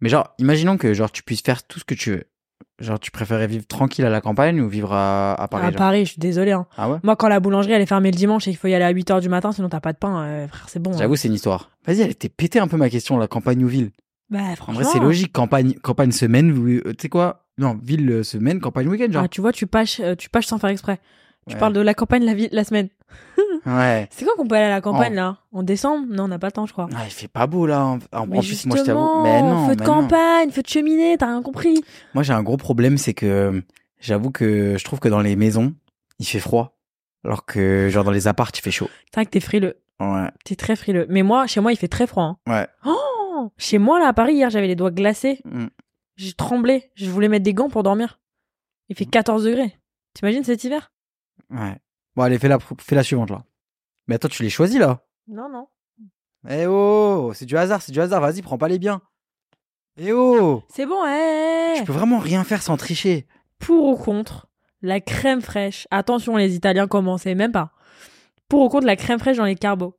[SPEAKER 2] Mais genre, imaginons que genre tu puisses faire tout ce que tu veux. Genre, tu préférais vivre tranquille à la campagne ou vivre à, à Paris
[SPEAKER 1] à
[SPEAKER 2] genre
[SPEAKER 1] Paris, je suis désolée. Hein.
[SPEAKER 2] Ah ouais
[SPEAKER 1] Moi, quand la boulangerie elle est fermée le dimanche et qu'il faut y aller à 8h du matin, sinon t'as pas de pain, euh, frère, c'est bon. hein.
[SPEAKER 2] J'avoue, c'est une histoire. Vas-y, elle était pétée un peu ma question, la campagne ou ville.
[SPEAKER 1] Bah,
[SPEAKER 2] En
[SPEAKER 1] franchement.
[SPEAKER 2] vrai, c'est logique. Campagne, campagne semaine, ou- euh, tu sais quoi Non, ville euh, semaine, campagne week-end, genre.
[SPEAKER 1] Ah, tu vois, tu pâches, euh, tu pâches sans faire exprès. Tu
[SPEAKER 2] Ouais.
[SPEAKER 1] parles de la campagne la, vie, la semaine.
[SPEAKER 2] Ouais.
[SPEAKER 1] C'est quand qu'on peut aller à la campagne
[SPEAKER 2] En-
[SPEAKER 1] là En décembre Non, on n'a pas le temps, je crois.
[SPEAKER 2] Ah, il fait pas beau là. En, en- en
[SPEAKER 1] Mais
[SPEAKER 2] plus, moi je t'avoue.
[SPEAKER 1] justement,
[SPEAKER 2] Mais non,
[SPEAKER 1] feu de
[SPEAKER 2] mais non.
[SPEAKER 1] campagne, feu de cheminée, t'as rien compris.
[SPEAKER 2] Moi j'ai un gros problème, c'est que j'avoue que je trouve que dans les maisons, il fait froid. Alors que genre dans les apparts, il fait chaud.
[SPEAKER 1] T'as que t'es frileux,
[SPEAKER 2] Ouais.
[SPEAKER 1] t'es très frileux. Mais moi, chez moi, il fait très froid. hein.
[SPEAKER 2] Ouais.
[SPEAKER 1] Oh Chez moi là à Paris hier, j'avais les doigts glacés,
[SPEAKER 2] Mm.
[SPEAKER 1] j'ai tremblé, je voulais mettre des gants pour dormir. Il
[SPEAKER 2] Mmh.
[SPEAKER 1] fait 14 degrés. T'imagines cet hiver
[SPEAKER 2] Ouais. Bon, allez, fais la, pr- fais la suivante là. Mais attends, tu l'es choisi là.
[SPEAKER 1] Non, non.
[SPEAKER 2] Eh oh, c'est du hasard, c'est du hasard. Vas-y, prends pas les biens. Eh oh,
[SPEAKER 1] C'est bon, eh, hé
[SPEAKER 2] je peux vraiment rien faire sans tricher.
[SPEAKER 1] pour ou contre la crème fraîche. Attention, les Italiens commençaient même pas. Pour ou contre la crème fraîche dans les carbos.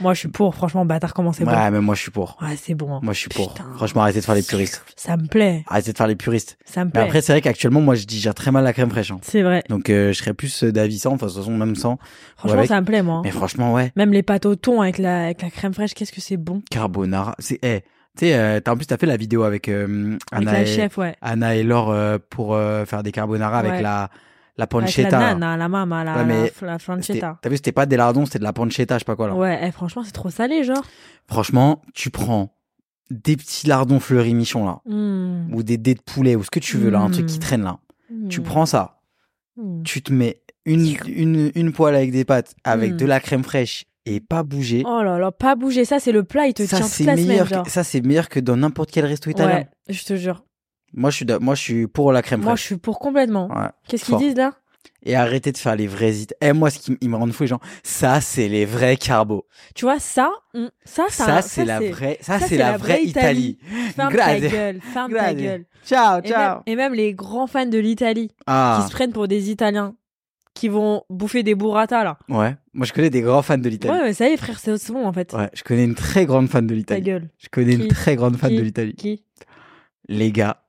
[SPEAKER 1] Moi, je suis pour. Franchement, bâtard, comment c'est
[SPEAKER 2] ouais, mais moi je suis pour.
[SPEAKER 1] bon. Ouais, c'est bon. hein.
[SPEAKER 2] Moi je suis pour.
[SPEAKER 1] Putain.
[SPEAKER 2] Franchement, arrêtez de faire les puristes.
[SPEAKER 1] Ça me plaît.
[SPEAKER 2] Arrêtez de faire les puristes.
[SPEAKER 1] Ça me
[SPEAKER 2] Mais
[SPEAKER 1] plaît.
[SPEAKER 2] après, c'est vrai qu'actuellement, moi je digère très mal la crème fraîche. hein.
[SPEAKER 1] c'est vrai.
[SPEAKER 2] Donc euh, je serais plus euh, d'avis sans, enfin de toute façon même sans.
[SPEAKER 1] Franchement,
[SPEAKER 2] Ouais,
[SPEAKER 1] ça me plaît, moi. hein.
[SPEAKER 2] Mais franchement, ouais.
[SPEAKER 1] Même les pâtes au thon avec la, avec la crème fraîche, qu'est-ce que c'est bon.
[SPEAKER 2] Carbonara, c'est. eh, tu sais, euh, t'as- en plus, t'as fait la vidéo avec, euh,
[SPEAKER 1] Avec
[SPEAKER 2] Anna,
[SPEAKER 1] la
[SPEAKER 2] et,
[SPEAKER 1] chef, ouais.
[SPEAKER 2] Anna et Laure euh, pour euh, faire des carbonara
[SPEAKER 1] Ouais.
[SPEAKER 2] avec la, la
[SPEAKER 1] Avec
[SPEAKER 2] pancetta.
[SPEAKER 1] la nana, la mama, la,
[SPEAKER 2] Ouais, mais
[SPEAKER 1] la- la
[SPEAKER 2] C'était-
[SPEAKER 1] franchetta.
[SPEAKER 2] T'as vu, c'était pas des lardons, c'était de la pancetta, je sais pas quoi. Là.
[SPEAKER 1] Ouais, eh, franchement, c'est trop salé, genre.
[SPEAKER 2] Franchement, tu prends des petits lardons fleuris michon là,
[SPEAKER 1] Mm.
[SPEAKER 2] ou des dés de poulet, ou ce que tu veux là, un truc
[SPEAKER 1] Mm.
[SPEAKER 2] qui traîne là. Tu
[SPEAKER 1] Mm.
[SPEAKER 2] prends ça,
[SPEAKER 1] Mm.
[SPEAKER 2] tu te mets une, une, une poêle avec des pâtes, avec
[SPEAKER 1] Mm.
[SPEAKER 2] de la crème fraîche et pas bouger.
[SPEAKER 1] Oh là là, pas bouger. Ça, c'est le plat, il te
[SPEAKER 2] ça,
[SPEAKER 1] tient toute
[SPEAKER 2] c'est
[SPEAKER 1] la semaine,
[SPEAKER 2] meilleur,
[SPEAKER 1] genre.
[SPEAKER 2] que- ça, c'est meilleur que dans n'importe quel resto italien.
[SPEAKER 1] Ouais, je te jure.
[SPEAKER 2] Moi, je suis, d'a- moi, je suis pour la crème
[SPEAKER 1] Moi, je
[SPEAKER 2] fraîche.
[SPEAKER 1] suis pour complètement.
[SPEAKER 2] Ouais.
[SPEAKER 1] Qu'est-ce qu'ils
[SPEAKER 2] Fort.
[SPEAKER 1] disent là
[SPEAKER 2] et arrêtez de faire les vrais it. Eh, moi, ce qui m- ils me rendent fou, les gens, ça, c'est les vrais carbos.
[SPEAKER 1] Tu vois, ça, on- ça, Ah, ça,
[SPEAKER 2] Ça, c'est la vraie, ça,
[SPEAKER 1] ça,
[SPEAKER 2] c'est la vraie Italie.
[SPEAKER 1] Ferme ta
[SPEAKER 2] Grazie.
[SPEAKER 1] gueule, ferme ta
[SPEAKER 2] Grazie.
[SPEAKER 1] gueule.
[SPEAKER 2] Ciao,
[SPEAKER 1] Et même, et même les grands fans de l'Italie
[SPEAKER 2] Ah,
[SPEAKER 1] qui se prennent pour des Italiens qui vont bouffer des burrata là.
[SPEAKER 2] ouais. Moi, je connais des grands fans de
[SPEAKER 1] Ouais,
[SPEAKER 2] l'Italie.
[SPEAKER 1] mais ça y est, frère, c'est c'est bon en fait.
[SPEAKER 2] Ouais. je connais une très grande fan de
[SPEAKER 1] ta
[SPEAKER 2] l'Italie.
[SPEAKER 1] gueule.
[SPEAKER 2] Je connais
[SPEAKER 1] Qui
[SPEAKER 2] une très grande fan de l'Italie.
[SPEAKER 1] Qui
[SPEAKER 2] Les gars,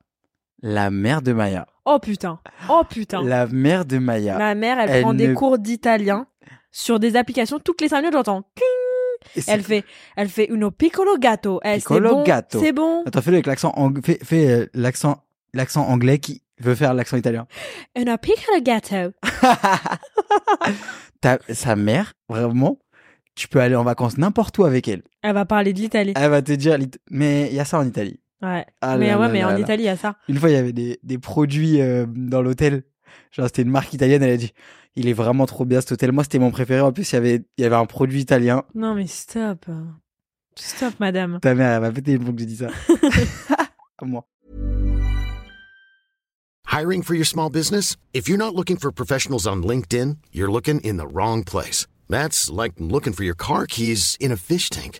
[SPEAKER 2] la mère de Maya.
[SPEAKER 1] Oh putain, oh putain.
[SPEAKER 2] La mère de Maya.
[SPEAKER 1] Ma mère, elle,
[SPEAKER 2] Elle
[SPEAKER 1] prend des
[SPEAKER 2] ne-
[SPEAKER 1] cours d'italien sur des applications. Toutes les 5 minutes, j'entends.
[SPEAKER 2] Et c'est-
[SPEAKER 1] Elle fait, elle fait uno piccolo gatto. Eh, c'est
[SPEAKER 2] Piccolo
[SPEAKER 1] bon,
[SPEAKER 2] gatto.
[SPEAKER 1] c'est bon.
[SPEAKER 2] Attends, fais-le avec l'accent ang- fais, fais, euh, l'accent, l'accent anglais qui veut faire l'accent italien. Ah.
[SPEAKER 1] Uno piccolo gatto.
[SPEAKER 2] Ta- sa mère, vraiment, tu peux aller en vacances n'importe où avec elle.
[SPEAKER 1] Elle va parler de l'Italie.
[SPEAKER 2] Elle va te dire, l'It- mais il y a ça en Italie.
[SPEAKER 1] Ouais.
[SPEAKER 2] Ah
[SPEAKER 1] mais
[SPEAKER 2] là
[SPEAKER 1] ouais,
[SPEAKER 2] là
[SPEAKER 1] mais
[SPEAKER 2] là
[SPEAKER 1] en
[SPEAKER 2] là.
[SPEAKER 1] Italie, il y a ça.
[SPEAKER 2] Une fois, il y avait des, des produits euh, dans l'hôtel. Genre, c'était une marque italienne. Elle a dit, il est vraiment trop bien cet hôtel. Moi, c'était mon préféré. En plus, il y avait, il y avait un produit italien.
[SPEAKER 1] Non, mais stop. Stop, madame.
[SPEAKER 2] Ta mère, elle m'a pété les plombs que j'ai dit ça. Moi.
[SPEAKER 3] Hiring for your small business? If you're not looking for professionals on LinkedIn, you're looking in the wrong place. That's like looking for your car keys in a fish tank.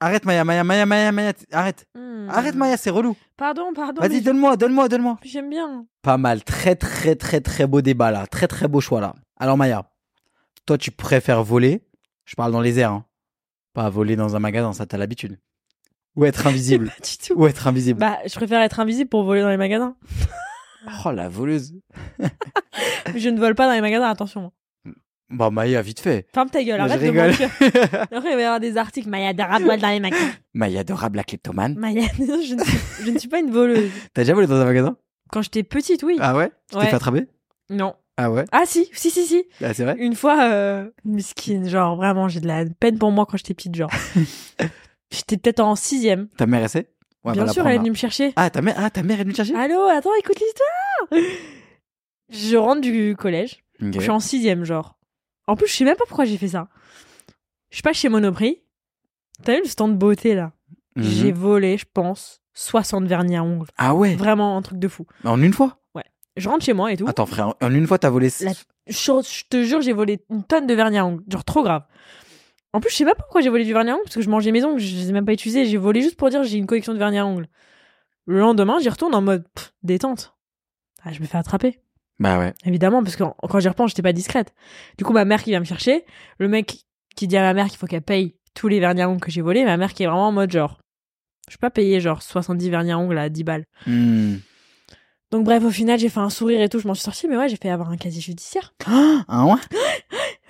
[SPEAKER 2] arrête, Maya, Maya, Maya, Maya, Maya. t- Arrête.
[SPEAKER 1] Hmm.
[SPEAKER 2] Arrête, Maya, c'est relou.
[SPEAKER 1] Pardon, pardon. mais
[SPEAKER 2] Vas-y, donne-moi, donne-moi, donne-moi.
[SPEAKER 1] J'aime bien.
[SPEAKER 2] Pas mal. Très, très, très, très beau débat là. Très, très beau choix là. Alors, Maya, toi, tu préfères voler. Je parle dans les airs. hein. Pas voler dans un magasin, ça, t'as l'habitude. Ou être invisible.
[SPEAKER 1] Pas du tout.
[SPEAKER 2] Ou être invisible.
[SPEAKER 1] Bah, je préfère être invisible pour voler dans les magasins. Bah.
[SPEAKER 2] Oh, la voleuse.
[SPEAKER 1] Je ne vole pas dans les magasins, attention.
[SPEAKER 2] Bah, Maya, vite fait.
[SPEAKER 1] Ferme ta gueule,
[SPEAKER 2] Non, je
[SPEAKER 1] arrête de
[SPEAKER 2] rigole.
[SPEAKER 1] mentir. Après, il va y avoir des articles. Maya Dara vole dans les magasins.
[SPEAKER 2] Maya adorable la kleptomane.
[SPEAKER 1] Maya, non, je ne, suis, je ne suis pas une voleuse.
[SPEAKER 2] T'as déjà volé dans un magasin
[SPEAKER 1] Quand j'étais petite, oui.
[SPEAKER 2] Ah ouais Tu t'es
[SPEAKER 1] Ouais.
[SPEAKER 2] fait attraper
[SPEAKER 1] Non.
[SPEAKER 2] Ah ouais
[SPEAKER 1] Ah si, si, si, si.
[SPEAKER 2] Ah, C'est vrai
[SPEAKER 1] Une fois, euh, misquine, genre vraiment, j'ai de la peine pour moi quand j'étais petite, genre. j'étais peut-être en sixième.
[SPEAKER 2] Ta mère essaie
[SPEAKER 1] Mm.
[SPEAKER 2] Ouais,
[SPEAKER 1] Bien
[SPEAKER 2] va la
[SPEAKER 1] sûr,
[SPEAKER 2] prendre,
[SPEAKER 1] elle est
[SPEAKER 2] là.
[SPEAKER 1] venue me chercher.
[SPEAKER 2] Ah, ta mère, ah, ta mère est venue te chercher
[SPEAKER 1] Allô, attends, écoute l'histoire. Je rentre du collège.
[SPEAKER 2] Ok.
[SPEAKER 1] Je suis en sixième, genre. En plus, je sais même pas pourquoi j'ai fait ça. Je suis pas chez Monoprix. T'as vu le stand beauté là
[SPEAKER 2] Mhm.
[SPEAKER 1] J'ai volé, je pense, 60 vernis à ongles.
[SPEAKER 2] Ah ouais
[SPEAKER 1] Vraiment un truc de fou.
[SPEAKER 2] En une fois
[SPEAKER 1] Je rentre chez moi et tout.
[SPEAKER 2] Attends, frère, en une fois, t'as volé.
[SPEAKER 1] La- Je, je te jure, j'ai volé une tonne de vernis à ongles. Genre trop grave. En plus, je sais pas pourquoi j'ai volé du vernis à ongles, parce que je mangeais mes ongles, je les ai même pas utilisés. J'ai volé juste pour dire j'ai une collection de vernis à ongles. Le lendemain, j'y retourne en mode pff, détente. Ah, je me fais attraper,
[SPEAKER 2] Bah ouais.
[SPEAKER 1] évidemment, parce que en- quand j'y repense, j'étais pas discrète. Du coup, ma mère qui vient me chercher, le mec qui dit à ma mère qu'il faut qu'elle paye tous les vernis à ongles que j'ai volés, ma mère qui est vraiment en mode genre, je peux pas payer genre 70 vernis à ongles à 10 balles.
[SPEAKER 2] Hmm.
[SPEAKER 1] Donc bref, au final, j'ai fait un sourire et tout, je m'en suis sortie, mais ouais, j'ai fait avoir un casier judiciaire.
[SPEAKER 2] Ah ouais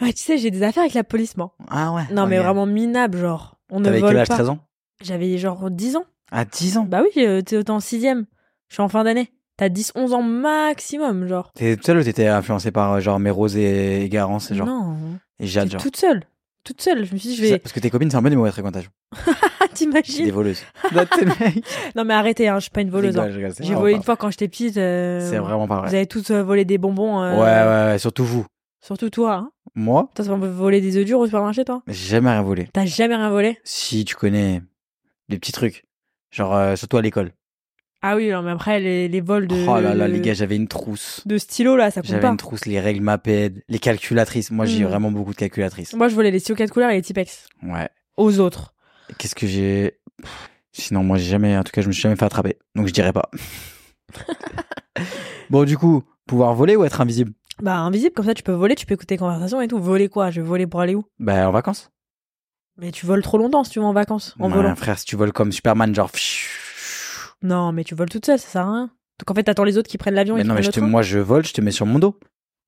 [SPEAKER 1] Ouais, tu sais, j'ai des affaires avec la police, moi.
[SPEAKER 2] Ah ouais.
[SPEAKER 1] Non, mais
[SPEAKER 2] Ok.
[SPEAKER 1] vraiment minable, genre. On ne
[SPEAKER 2] T'avais
[SPEAKER 1] vole
[SPEAKER 2] quel âge
[SPEAKER 1] pas.
[SPEAKER 2] 13 ans
[SPEAKER 1] J'avais genre 10 ans.
[SPEAKER 2] À 10 ans
[SPEAKER 1] Bah oui, euh, t'es t'es en sixième. Je suis en fin d'année. T'as 10, 11 ans maximum, genre.
[SPEAKER 2] T'es toute seule ou t'étais influencée par euh, genre Mérose et Garance et genre
[SPEAKER 1] Non,
[SPEAKER 2] et
[SPEAKER 1] j'étais
[SPEAKER 2] Jade genre
[SPEAKER 1] toute seule. Toute seule. Je me suis dit, je vais.
[SPEAKER 2] Parce que tes copines c'est un peu des mauvais fréquentages.
[SPEAKER 1] Ah,
[SPEAKER 2] C'est des
[SPEAKER 1] t'imagines
[SPEAKER 2] voleuses. Là, t'es mec.
[SPEAKER 1] Non, mais arrêtez, hein, je suis pas une voleuse.
[SPEAKER 2] Je
[SPEAKER 1] hein.
[SPEAKER 2] rigole, je rigole, c'est
[SPEAKER 1] J'ai
[SPEAKER 2] vraiment
[SPEAKER 1] volé
[SPEAKER 2] pas
[SPEAKER 1] une fois quand j'étais petite. euh,
[SPEAKER 2] vrai. C'est vraiment pas
[SPEAKER 1] Vous
[SPEAKER 2] vrai.
[SPEAKER 1] avez tous euh, volé des bonbons. euh,
[SPEAKER 2] Ouais, ouais, ouais, surtout vous.
[SPEAKER 1] Surtout toi. Hein.
[SPEAKER 2] Moi,
[SPEAKER 1] Toi, t'as volé des œufs durs au supermarché, toi
[SPEAKER 2] j'ai jamais rien volé.
[SPEAKER 1] T'as jamais rien volé
[SPEAKER 2] Si tu connais des petits trucs, genre euh, surtout à l'école.
[SPEAKER 1] Ah oui, non, mais après, les, les vols de.
[SPEAKER 2] Oh là là, les gars, j'avais une trousse.
[SPEAKER 1] De stylo, là, ça compte
[SPEAKER 2] J'avais
[SPEAKER 1] pas.
[SPEAKER 2] une trousse, les règles MAPED, les calculatrices. Moi, j'ai
[SPEAKER 1] Mm.
[SPEAKER 2] vraiment beaucoup de calculatrices.
[SPEAKER 1] Moi, je volais les stylos 4 couleurs et les Tipex.
[SPEAKER 2] Ouais.
[SPEAKER 1] Aux autres.
[SPEAKER 2] Qu'est-ce que j'ai Pff, Sinon, moi, j'ai jamais. En tout cas, je me suis jamais fait attraper, donc je dirais pas. bon, du coup, pouvoir voler ou être invisible
[SPEAKER 1] Bah, invisible, comme ça, tu peux voler, tu peux écouter les conversations et tout. Voler quoi Je vais voler pour aller où
[SPEAKER 2] Bah, en vacances.
[SPEAKER 1] Mais tu voles trop longtemps si tu vas en vacances, en
[SPEAKER 2] Ouais,
[SPEAKER 1] volant.
[SPEAKER 2] Frère, si tu voles comme Superman, genre.
[SPEAKER 1] Non, mais tu voles toute seule, ça sert à rien. Donc en fait, t'attends les autres qui prennent l'avion et
[SPEAKER 2] Mais
[SPEAKER 1] qui
[SPEAKER 2] non, mais
[SPEAKER 1] prennent le
[SPEAKER 2] je te-
[SPEAKER 1] train.
[SPEAKER 2] moi, je vole, je te mets sur mon dos.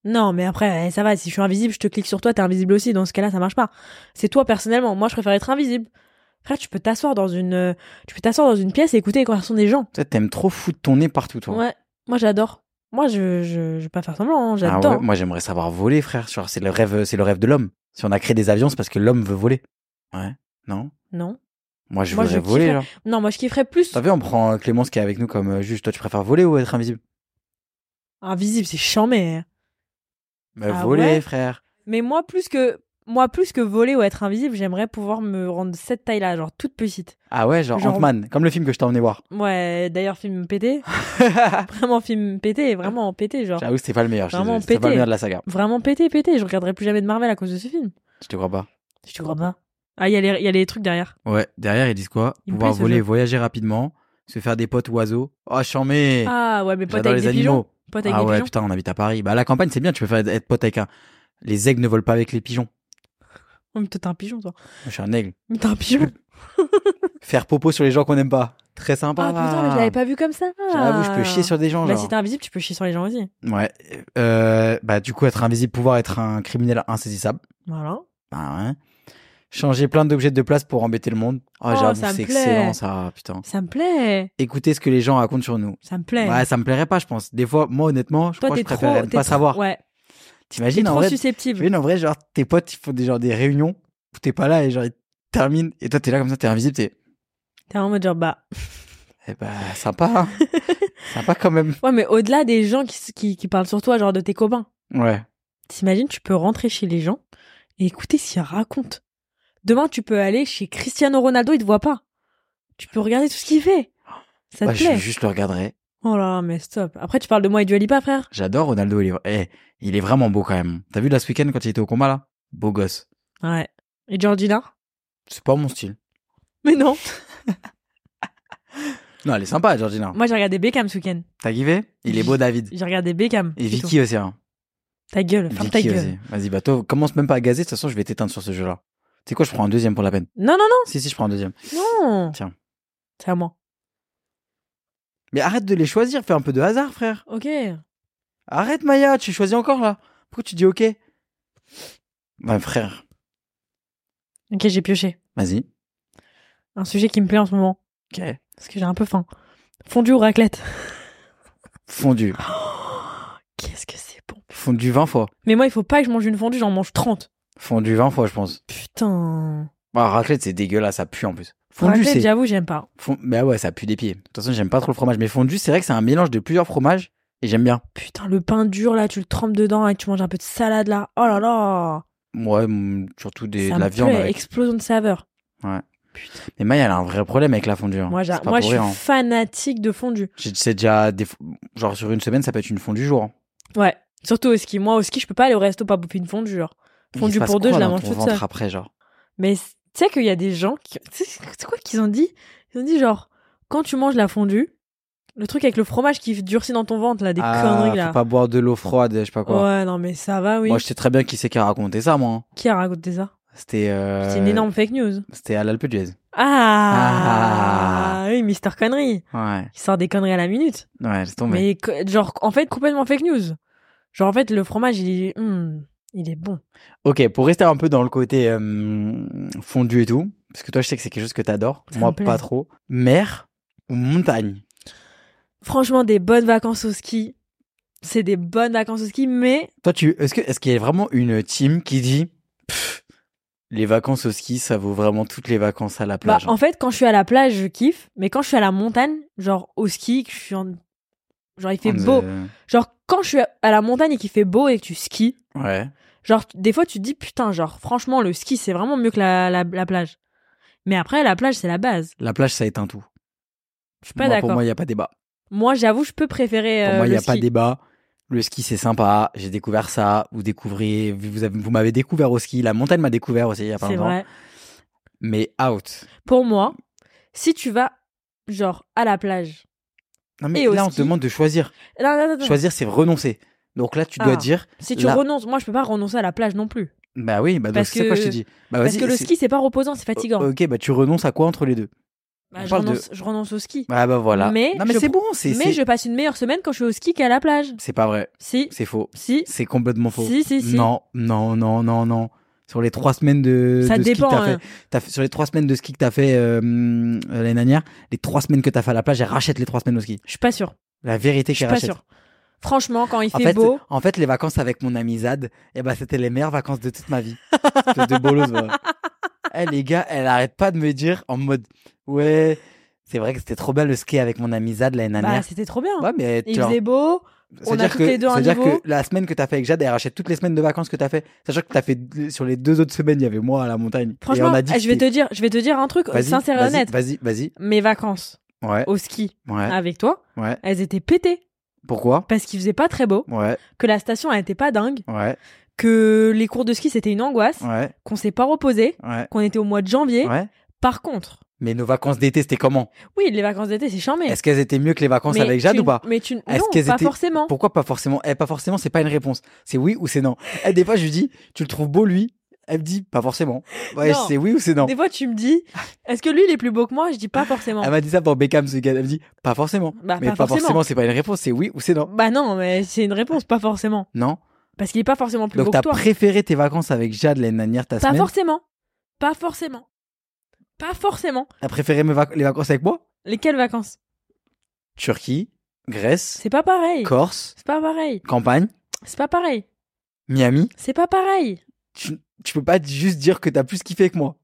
[SPEAKER 1] Non, mais après, eh, ça va, si je suis invisible, je te clique sur toi, t'es invisible aussi. Dans ce cas-là, ça marche pas. C'est toi personnellement. Moi, je préfère être invisible. Frère, tu peux t'asseoir dans une, euh, tu peux t'asseoir dans une pièce et écouter les conversations des gens.
[SPEAKER 2] Toi, t'aimes trop foutre ton nez partout, toi.
[SPEAKER 1] Ouais, moi j'adore. Moi, je, je, je vais pas faire semblant, hein,
[SPEAKER 2] Ah
[SPEAKER 1] j'adore.
[SPEAKER 2] ouais, moi j'aimerais savoir voler, frère. Genre, c'est le rêve, c'est le rêve de l'homme. Si on a créé des avions, c'est parce que l'homme veut voler. Ouais. Non.
[SPEAKER 1] Non,
[SPEAKER 2] Moi, je
[SPEAKER 1] Moi, je
[SPEAKER 2] voudrais voler.
[SPEAKER 1] kifferais.
[SPEAKER 2] Genre.
[SPEAKER 1] non, moi je kifferais plus.
[SPEAKER 2] T'as vu, on prend euh, Clémence qui est avec nous comme euh, juge. Toi, tu préfères voler ou être invisible
[SPEAKER 1] Invisible, c'est chiant, mais.
[SPEAKER 2] Bah,
[SPEAKER 1] Ah
[SPEAKER 2] voler,
[SPEAKER 1] ouais
[SPEAKER 2] frère.
[SPEAKER 1] Mais moi, plus que moi, plus que voler ou être invisible, j'aimerais pouvoir me rendre cette taille-là, genre toute petite.
[SPEAKER 2] Ah ouais, genre,
[SPEAKER 1] Genre-
[SPEAKER 2] Ant-Man, comme le film que je t'ai emmené voir.
[SPEAKER 1] Ouais, d'ailleurs, film pété, vraiment film pété, vraiment pété, genre
[SPEAKER 2] J'avoue, c'était pas le meilleur. je suis
[SPEAKER 1] Vraiment
[SPEAKER 2] désolé, C'était pas
[SPEAKER 1] pété.
[SPEAKER 2] le meilleur de la saga.
[SPEAKER 1] vraiment pété, pété. Je regarderai plus jamais de Marvel à cause de ce film.
[SPEAKER 2] Je te crois pas.
[SPEAKER 1] Je te crois pas. Ah, il y, a les- il y a les trucs derrière.
[SPEAKER 2] Ouais, derrière, ils disent quoi
[SPEAKER 1] Il me Pouvoir plaît, ce voler, jeu.
[SPEAKER 2] voyager rapidement, se faire des potes oiseaux. Oh, chambé
[SPEAKER 1] Ah ouais, mais pote avec des pigeons. Pote avec
[SPEAKER 2] Ah
[SPEAKER 1] des
[SPEAKER 2] ouais,
[SPEAKER 1] pigeons.
[SPEAKER 2] putain, on habite à Paris. Bah, à la campagne, c'est bien, tu peux faire être pote avec un. Les aigles ne volent pas avec les pigeons.
[SPEAKER 1] Oh, mais toi, t'es un pigeon, toi.
[SPEAKER 2] Je suis un aigle.
[SPEAKER 1] Mais t'es un pigeon.
[SPEAKER 2] Faire popo sur les gens qu'on aime pas. Très sympa.
[SPEAKER 1] Ah putain, mais je l'avais pas vu comme ça.
[SPEAKER 2] Bah, J'avoue, je peux chier sur des gens.
[SPEAKER 1] Bah,
[SPEAKER 2] genre.
[SPEAKER 1] si t'es invisible, tu peux chier sur les gens aussi.
[SPEAKER 2] Ouais. Euh, bah, du coup, être invisible, pouvoir être un criminel insaisissable.
[SPEAKER 1] Voilà.
[SPEAKER 2] Bah, ouais. Changer plein d'objets de place pour embêter le monde. Oh,
[SPEAKER 1] Oh,
[SPEAKER 2] j'avoue,
[SPEAKER 1] ça me
[SPEAKER 2] c'est
[SPEAKER 1] plaît.
[SPEAKER 2] excellent, ça, putain.
[SPEAKER 1] Ça me plaît.
[SPEAKER 2] Écouter ce que les gens racontent sur nous.
[SPEAKER 1] Ça me plaît.
[SPEAKER 2] Ouais, ça me plairait pas, je pense. Des fois, moi, honnêtement, je
[SPEAKER 1] toi,
[SPEAKER 2] crois que
[SPEAKER 1] t'es
[SPEAKER 2] je
[SPEAKER 1] trop.
[SPEAKER 2] préférerais ne
[SPEAKER 1] t'es
[SPEAKER 2] pas
[SPEAKER 1] trop-
[SPEAKER 2] savoir.
[SPEAKER 1] Ouais. T'es
[SPEAKER 2] T'imagines, en
[SPEAKER 1] trop
[SPEAKER 2] vrai,
[SPEAKER 1] susceptible.
[SPEAKER 2] t'imagines, en vrai, genre, tes potes, ils font des, genre, des réunions où t'es pas là et genre, ils terminent et toi, t'es là comme ça, t'es invisible, t'es,
[SPEAKER 1] T'es en mode genre bah.
[SPEAKER 2] eh bah, sympa, hein. sympa quand même.
[SPEAKER 1] Ouais, mais au-delà des gens qui, s- qui, qui parlent sur toi, genre de tes copains,
[SPEAKER 2] Ouais.
[SPEAKER 1] t'imagines, tu peux rentrer chez les gens et écouter ce qu'ils racontent. Demain, tu peux aller chez Cristiano Ronaldo, il te voit pas. Tu peux regarder tout ce qu'il fait. Ça
[SPEAKER 2] Bah,
[SPEAKER 1] te
[SPEAKER 2] je
[SPEAKER 1] plaît.
[SPEAKER 2] juste le regarderai.
[SPEAKER 1] Oh là là, mais stop. Après, tu parles de moi et du Alipa, frère.
[SPEAKER 2] J'adore Ronaldo Oliver. Eh, il est vraiment beau quand même. T'as vu là ce week-end quand il était au combat là Beau gosse.
[SPEAKER 1] Ouais. Et Georgina
[SPEAKER 2] C'est pas mon style.
[SPEAKER 1] Mais non.
[SPEAKER 2] Non, elle est sympa, Georgina.
[SPEAKER 1] Moi, j'ai regardé Beckham ce week-end.
[SPEAKER 2] T'as kiffé Il est beau, David.
[SPEAKER 1] J'ai regardé Beckham.
[SPEAKER 2] Et
[SPEAKER 1] c'est tout.
[SPEAKER 2] Vicky aussi. Hein.
[SPEAKER 1] Ta gueule, ferme ta
[SPEAKER 2] Vicky
[SPEAKER 1] gueule.
[SPEAKER 2] aussi. Vas-y, bah toi, commence même pas à gazer. De toute façon, je vais t'éteindre sur ce jeu-là. Tu sais quoi, je prends un deuxième pour la peine.
[SPEAKER 1] Non, non, non.
[SPEAKER 2] Si, si, je prends un deuxième.
[SPEAKER 1] Non.
[SPEAKER 2] Tiens.
[SPEAKER 1] C'est à moi.
[SPEAKER 2] Mais arrête de les choisir, fais un peu de hasard, frère.
[SPEAKER 1] Ok.
[SPEAKER 2] Arrête, Maya, tu choisis encore là. Pourquoi tu dis ok Bah, frère,
[SPEAKER 1] Ok, j'ai pioché.
[SPEAKER 2] vas-y.
[SPEAKER 1] Un sujet qui me plaît en ce moment.
[SPEAKER 2] Ok.
[SPEAKER 1] Parce que j'ai un peu faim. Fondue ou raclette
[SPEAKER 2] Fondu.
[SPEAKER 1] Qu'est-ce que c'est bon.
[SPEAKER 2] Fondu 20 fois.
[SPEAKER 1] Mais moi, il faut pas que je mange une fondue, j'en mange 30.
[SPEAKER 2] Fondu 20 fois, je pense.
[SPEAKER 1] Putain.
[SPEAKER 2] Ah, raclette, c'est dégueulasse, ça pue en plus. Fondu,
[SPEAKER 1] Raclette,
[SPEAKER 2] c'est.
[SPEAKER 1] j'avoue, j'aime pas.
[SPEAKER 2] fond- Bah ouais, ça pue des pieds. De toute façon, j'aime pas trop le fromage. Mais fondu, c'est vrai que c'est un mélange de plusieurs fromages et j'aime bien.
[SPEAKER 1] Putain, le pain dur, là, tu le trempes dedans et tu manges un peu de salade, là. Oh là là.
[SPEAKER 2] Ouais, mm, surtout des,
[SPEAKER 1] Ça
[SPEAKER 2] de la
[SPEAKER 1] me
[SPEAKER 2] viande.
[SPEAKER 1] plaît,
[SPEAKER 2] Avec.
[SPEAKER 1] Explosion de saveur.
[SPEAKER 2] Mais Maya, elle a un vrai problème avec la fondue. hein.
[SPEAKER 1] Moi, j'a-
[SPEAKER 2] C'est pas
[SPEAKER 1] moi je
[SPEAKER 2] pour
[SPEAKER 1] suis
[SPEAKER 2] rire, hein.
[SPEAKER 1] fanatique de fondue.
[SPEAKER 2] J'ai- C'est déjà. Des... Genre, sur une semaine, ça peut être une fondue jour. hein.
[SPEAKER 1] Ouais. Surtout au ski. Moi, au ski, je peux pas aller au resto pas bouffer une fondue. genre.
[SPEAKER 2] Il
[SPEAKER 1] Fondue
[SPEAKER 2] se passe
[SPEAKER 1] pour deux,
[SPEAKER 2] quoi
[SPEAKER 1] je la
[SPEAKER 2] dans
[SPEAKER 1] mange
[SPEAKER 2] ton
[SPEAKER 1] toute
[SPEAKER 2] ventre
[SPEAKER 1] seule.
[SPEAKER 2] après, genre.
[SPEAKER 1] Mais c- tu sais qu'il y a des gens qui. tu sais, C'est quoi qu'ils ont dit Ils ont dit genre, quand tu manges la fondue, le truc avec le fromage qui durcit dans ton ventre, là, des
[SPEAKER 2] Ah,
[SPEAKER 1] conneries, là.
[SPEAKER 2] Faut pas boire de l'eau froide, je sais pas quoi.
[SPEAKER 1] Ouais, non, mais ça va, oui.
[SPEAKER 2] Moi, je sais très bien qui c'est qui a raconté ça, moi. hein.
[SPEAKER 1] Qui a raconté ça
[SPEAKER 2] C'était. euh,
[SPEAKER 1] C'est une énorme fake news.
[SPEAKER 2] C'était à l'Alpe d'Huez.
[SPEAKER 1] Ah, Oui, Mister Connery.
[SPEAKER 2] Ouais,
[SPEAKER 1] Il sort des conneries à la minute.
[SPEAKER 2] ouais, laisse tomber.
[SPEAKER 1] Mais co- genre, en fait, complètement fake news. Genre, en fait, le fromage, il est, hum, il est bon.
[SPEAKER 2] Ok, pour rester un peu dans le côté euh, fondu et tout, parce que toi, je sais que c'est quelque chose que t'adores.
[SPEAKER 1] Ça
[SPEAKER 2] Moi,
[SPEAKER 1] me plaît.
[SPEAKER 2] pas trop. Mer ou montagne
[SPEAKER 1] Franchement, des bonnes vacances au ski. C'est des bonnes vacances au ski, mais
[SPEAKER 2] Toi, tu. Est-ce que est-ce qu'il y a vraiment une team qui dit. Pff, les vacances au ski, ça vaut vraiment toutes les vacances à la
[SPEAKER 1] bah,
[SPEAKER 2] plage. hein.
[SPEAKER 1] en fait, quand je suis à la plage, je kiffe. Mais quand je suis à la montagne, genre au ski, que je suis en. Genre, il fait
[SPEAKER 2] On,
[SPEAKER 1] beau.
[SPEAKER 2] euh,
[SPEAKER 1] Genre, quand je suis à la montagne et qu'il fait beau et que tu skis,
[SPEAKER 2] Ouais.
[SPEAKER 1] Genre, tu- des fois, tu te dis, putain, genre, franchement, le ski, c'est vraiment mieux que la, la, la plage. Mais après, la plage, c'est la base.
[SPEAKER 2] La plage, ça éteint tout.
[SPEAKER 1] Je suis pas
[SPEAKER 2] Moi,
[SPEAKER 1] d'accord.
[SPEAKER 2] Pour moi,
[SPEAKER 1] Moi,
[SPEAKER 2] il n'y a pas débat.
[SPEAKER 1] j'avoue, je peux préférer.
[SPEAKER 2] Pour
[SPEAKER 1] euh,
[SPEAKER 2] moi, il
[SPEAKER 1] le
[SPEAKER 2] n'y a pas
[SPEAKER 1] ski.
[SPEAKER 2] débat. Le ski, c'est sympa. J'ai découvert ça. Vous découvrez, vous, avez- vous m'avez découvert au ski. La montagne m'a découvert aussi il y a pas
[SPEAKER 1] C'est
[SPEAKER 2] longtemps.
[SPEAKER 1] vrai.
[SPEAKER 2] Mais out.
[SPEAKER 1] Pour moi, si tu vas, genre, à la plage.
[SPEAKER 2] Non, mais
[SPEAKER 1] Et au
[SPEAKER 2] là, on te
[SPEAKER 1] ski.
[SPEAKER 2] demande de choisir.
[SPEAKER 1] Non, non, non, non.
[SPEAKER 2] Choisir, c'est renoncer. Donc là, tu dois
[SPEAKER 1] Ah.
[SPEAKER 2] dire,
[SPEAKER 1] Si tu
[SPEAKER 2] là-
[SPEAKER 1] renonces, moi, je peux pas renoncer à la plage non plus.
[SPEAKER 2] bah oui, bah donc
[SPEAKER 1] Parce
[SPEAKER 2] c'est quoi
[SPEAKER 1] que-
[SPEAKER 2] je te dis. Bah
[SPEAKER 1] Parce
[SPEAKER 2] vas-y,
[SPEAKER 1] que le
[SPEAKER 2] c'est-
[SPEAKER 1] ski, c'est pas reposant, c'est fatigant.
[SPEAKER 2] Ok, bah tu renonces à quoi entre les deux
[SPEAKER 1] Bah,
[SPEAKER 2] on
[SPEAKER 1] je,
[SPEAKER 2] parle de-
[SPEAKER 1] renonce, je renonce au ski.
[SPEAKER 2] Ah bah voilà.
[SPEAKER 1] Mais
[SPEAKER 2] non mais
[SPEAKER 1] je
[SPEAKER 2] c'est
[SPEAKER 1] pr-
[SPEAKER 2] bon, c'est
[SPEAKER 1] Mais
[SPEAKER 2] c'est-
[SPEAKER 1] je passe une meilleure semaine quand je suis au ski qu'à la plage.
[SPEAKER 2] c'est pas vrai,
[SPEAKER 1] Si,
[SPEAKER 2] c'est faux,
[SPEAKER 1] si.
[SPEAKER 2] c'est complètement faux.
[SPEAKER 1] Si, si, si.
[SPEAKER 2] Non, non, non, non, non. Sur les trois semaines de,
[SPEAKER 1] ça
[SPEAKER 2] de ski que
[SPEAKER 1] dépend.
[SPEAKER 2] t'as fait,
[SPEAKER 1] hein.
[SPEAKER 2] T'as fait- sur les trois semaines de ski que t'as fait euh, hum, euh, l'année dernière, les trois semaines que t'as fait à la plage, elle rachète les trois semaines au ski.
[SPEAKER 1] Je suis pas sûre.
[SPEAKER 2] La vérité
[SPEAKER 1] Je suis
[SPEAKER 2] qu'elle
[SPEAKER 1] pas
[SPEAKER 2] rachète.
[SPEAKER 1] sûre. Franchement, quand il
[SPEAKER 2] En
[SPEAKER 1] fait,
[SPEAKER 2] fait,
[SPEAKER 1] beau.
[SPEAKER 2] en fait, les vacances avec mon ami Zad, eh ben, c'était les meilleures vacances de toute ma vie. Espèce de bolos, voilà. Eh, les gars, elle arrête pas de me dire en mode, ouais, c'est vrai que c'était trop bien le ski avec mon ami Zad l'année
[SPEAKER 1] Bah,
[SPEAKER 2] dernière.
[SPEAKER 1] c'était trop bien.
[SPEAKER 2] ouais, mais tu
[SPEAKER 1] Il
[SPEAKER 2] vois,
[SPEAKER 1] faisait beau. on a
[SPEAKER 2] c'est-à-dire
[SPEAKER 1] toutes
[SPEAKER 2] que,
[SPEAKER 1] les deux un
[SPEAKER 2] c'est-à-dire
[SPEAKER 1] niveau.
[SPEAKER 2] que la semaine que t'as fait avec Jade, elle rachète toutes les semaines de vacances que t'as fait. Sachant que t'as fait sur les deux autres semaines, il y avait moi à la montagne.
[SPEAKER 1] Franchement,
[SPEAKER 2] et on a dit
[SPEAKER 1] eh,
[SPEAKER 2] que
[SPEAKER 1] je vais te
[SPEAKER 2] c'était-
[SPEAKER 1] dire, je vais te dire un truc
[SPEAKER 2] Vas-y,
[SPEAKER 1] sincère et
[SPEAKER 2] vas-y,
[SPEAKER 1] honnête.
[SPEAKER 2] Vas-y, vas-y.
[SPEAKER 1] Mes vacances
[SPEAKER 2] Ouais,
[SPEAKER 1] au ski
[SPEAKER 2] ouais,
[SPEAKER 1] avec toi,
[SPEAKER 2] ouais.
[SPEAKER 1] elles étaient pétées
[SPEAKER 2] Pourquoi?
[SPEAKER 1] parce qu'il faisait pas très beau,
[SPEAKER 2] Ouais,
[SPEAKER 1] que la station elle était pas dingue,
[SPEAKER 2] ouais,
[SPEAKER 1] que les cours de ski c'était une angoisse,
[SPEAKER 2] ouais,
[SPEAKER 1] qu'on s'est pas reposé,
[SPEAKER 2] ouais,
[SPEAKER 1] qu'on était au mois de janvier.
[SPEAKER 2] ouais.
[SPEAKER 1] Par contre,
[SPEAKER 2] Mais nos vacances d'été, c'était comment?
[SPEAKER 1] oui, les vacances d'été c'est charmé.
[SPEAKER 2] Est-ce qu'elles étaient mieux que les vacances
[SPEAKER 1] Mais
[SPEAKER 2] avec
[SPEAKER 1] tu
[SPEAKER 2] Jade ou
[SPEAKER 1] n-
[SPEAKER 2] pas
[SPEAKER 1] Mais tu n-
[SPEAKER 2] Est-ce
[SPEAKER 1] non,
[SPEAKER 2] qu'elles
[SPEAKER 1] pas
[SPEAKER 2] étaient-
[SPEAKER 1] forcément.
[SPEAKER 2] Pourquoi pas forcément Eh, pas forcément, c'est pas une réponse. C'est oui ou c'est non. Eh, des fois, je lui dis, tu le trouves beau lui Elle me dit, pas forcément. Ouais,
[SPEAKER 1] Non.
[SPEAKER 2] c'est oui ou c'est non
[SPEAKER 1] Des fois tu me dis,
[SPEAKER 2] Ah.
[SPEAKER 1] est-ce que lui il est plus beau que moi Je dis pas forcément.
[SPEAKER 2] Elle m'a dit ça pour Beckham ce gars. Elle me dit, pas forcément.
[SPEAKER 1] Bah,
[SPEAKER 2] Mais
[SPEAKER 1] pas forcément.
[SPEAKER 2] c'est pas une réponse, c'est oui ou c'est non.
[SPEAKER 1] Bah non, mais c'est une réponse, pas forcément,
[SPEAKER 2] Non
[SPEAKER 1] parce qu'il est pas forcément plus
[SPEAKER 2] Donc,
[SPEAKER 1] beau que
[SPEAKER 2] t'as
[SPEAKER 1] toi.
[SPEAKER 2] préféré tes vacances avec Jade l'année dernière, ta
[SPEAKER 1] Pas
[SPEAKER 2] semaine
[SPEAKER 1] forcément, pas forcément, pas forcément.
[SPEAKER 2] T'as préféré mes vac- les vacances avec moi
[SPEAKER 1] Lesquelles vacances
[SPEAKER 2] Turquie, Grèce,
[SPEAKER 1] C'est pas pareil.
[SPEAKER 2] Corse,
[SPEAKER 1] C'est pas pareil.
[SPEAKER 2] campagne,
[SPEAKER 1] C'est pas pareil.
[SPEAKER 2] Miami.
[SPEAKER 1] C'est pas pareil.
[SPEAKER 2] Tu, tu peux pas juste dire que t'as plus kiffé que moi.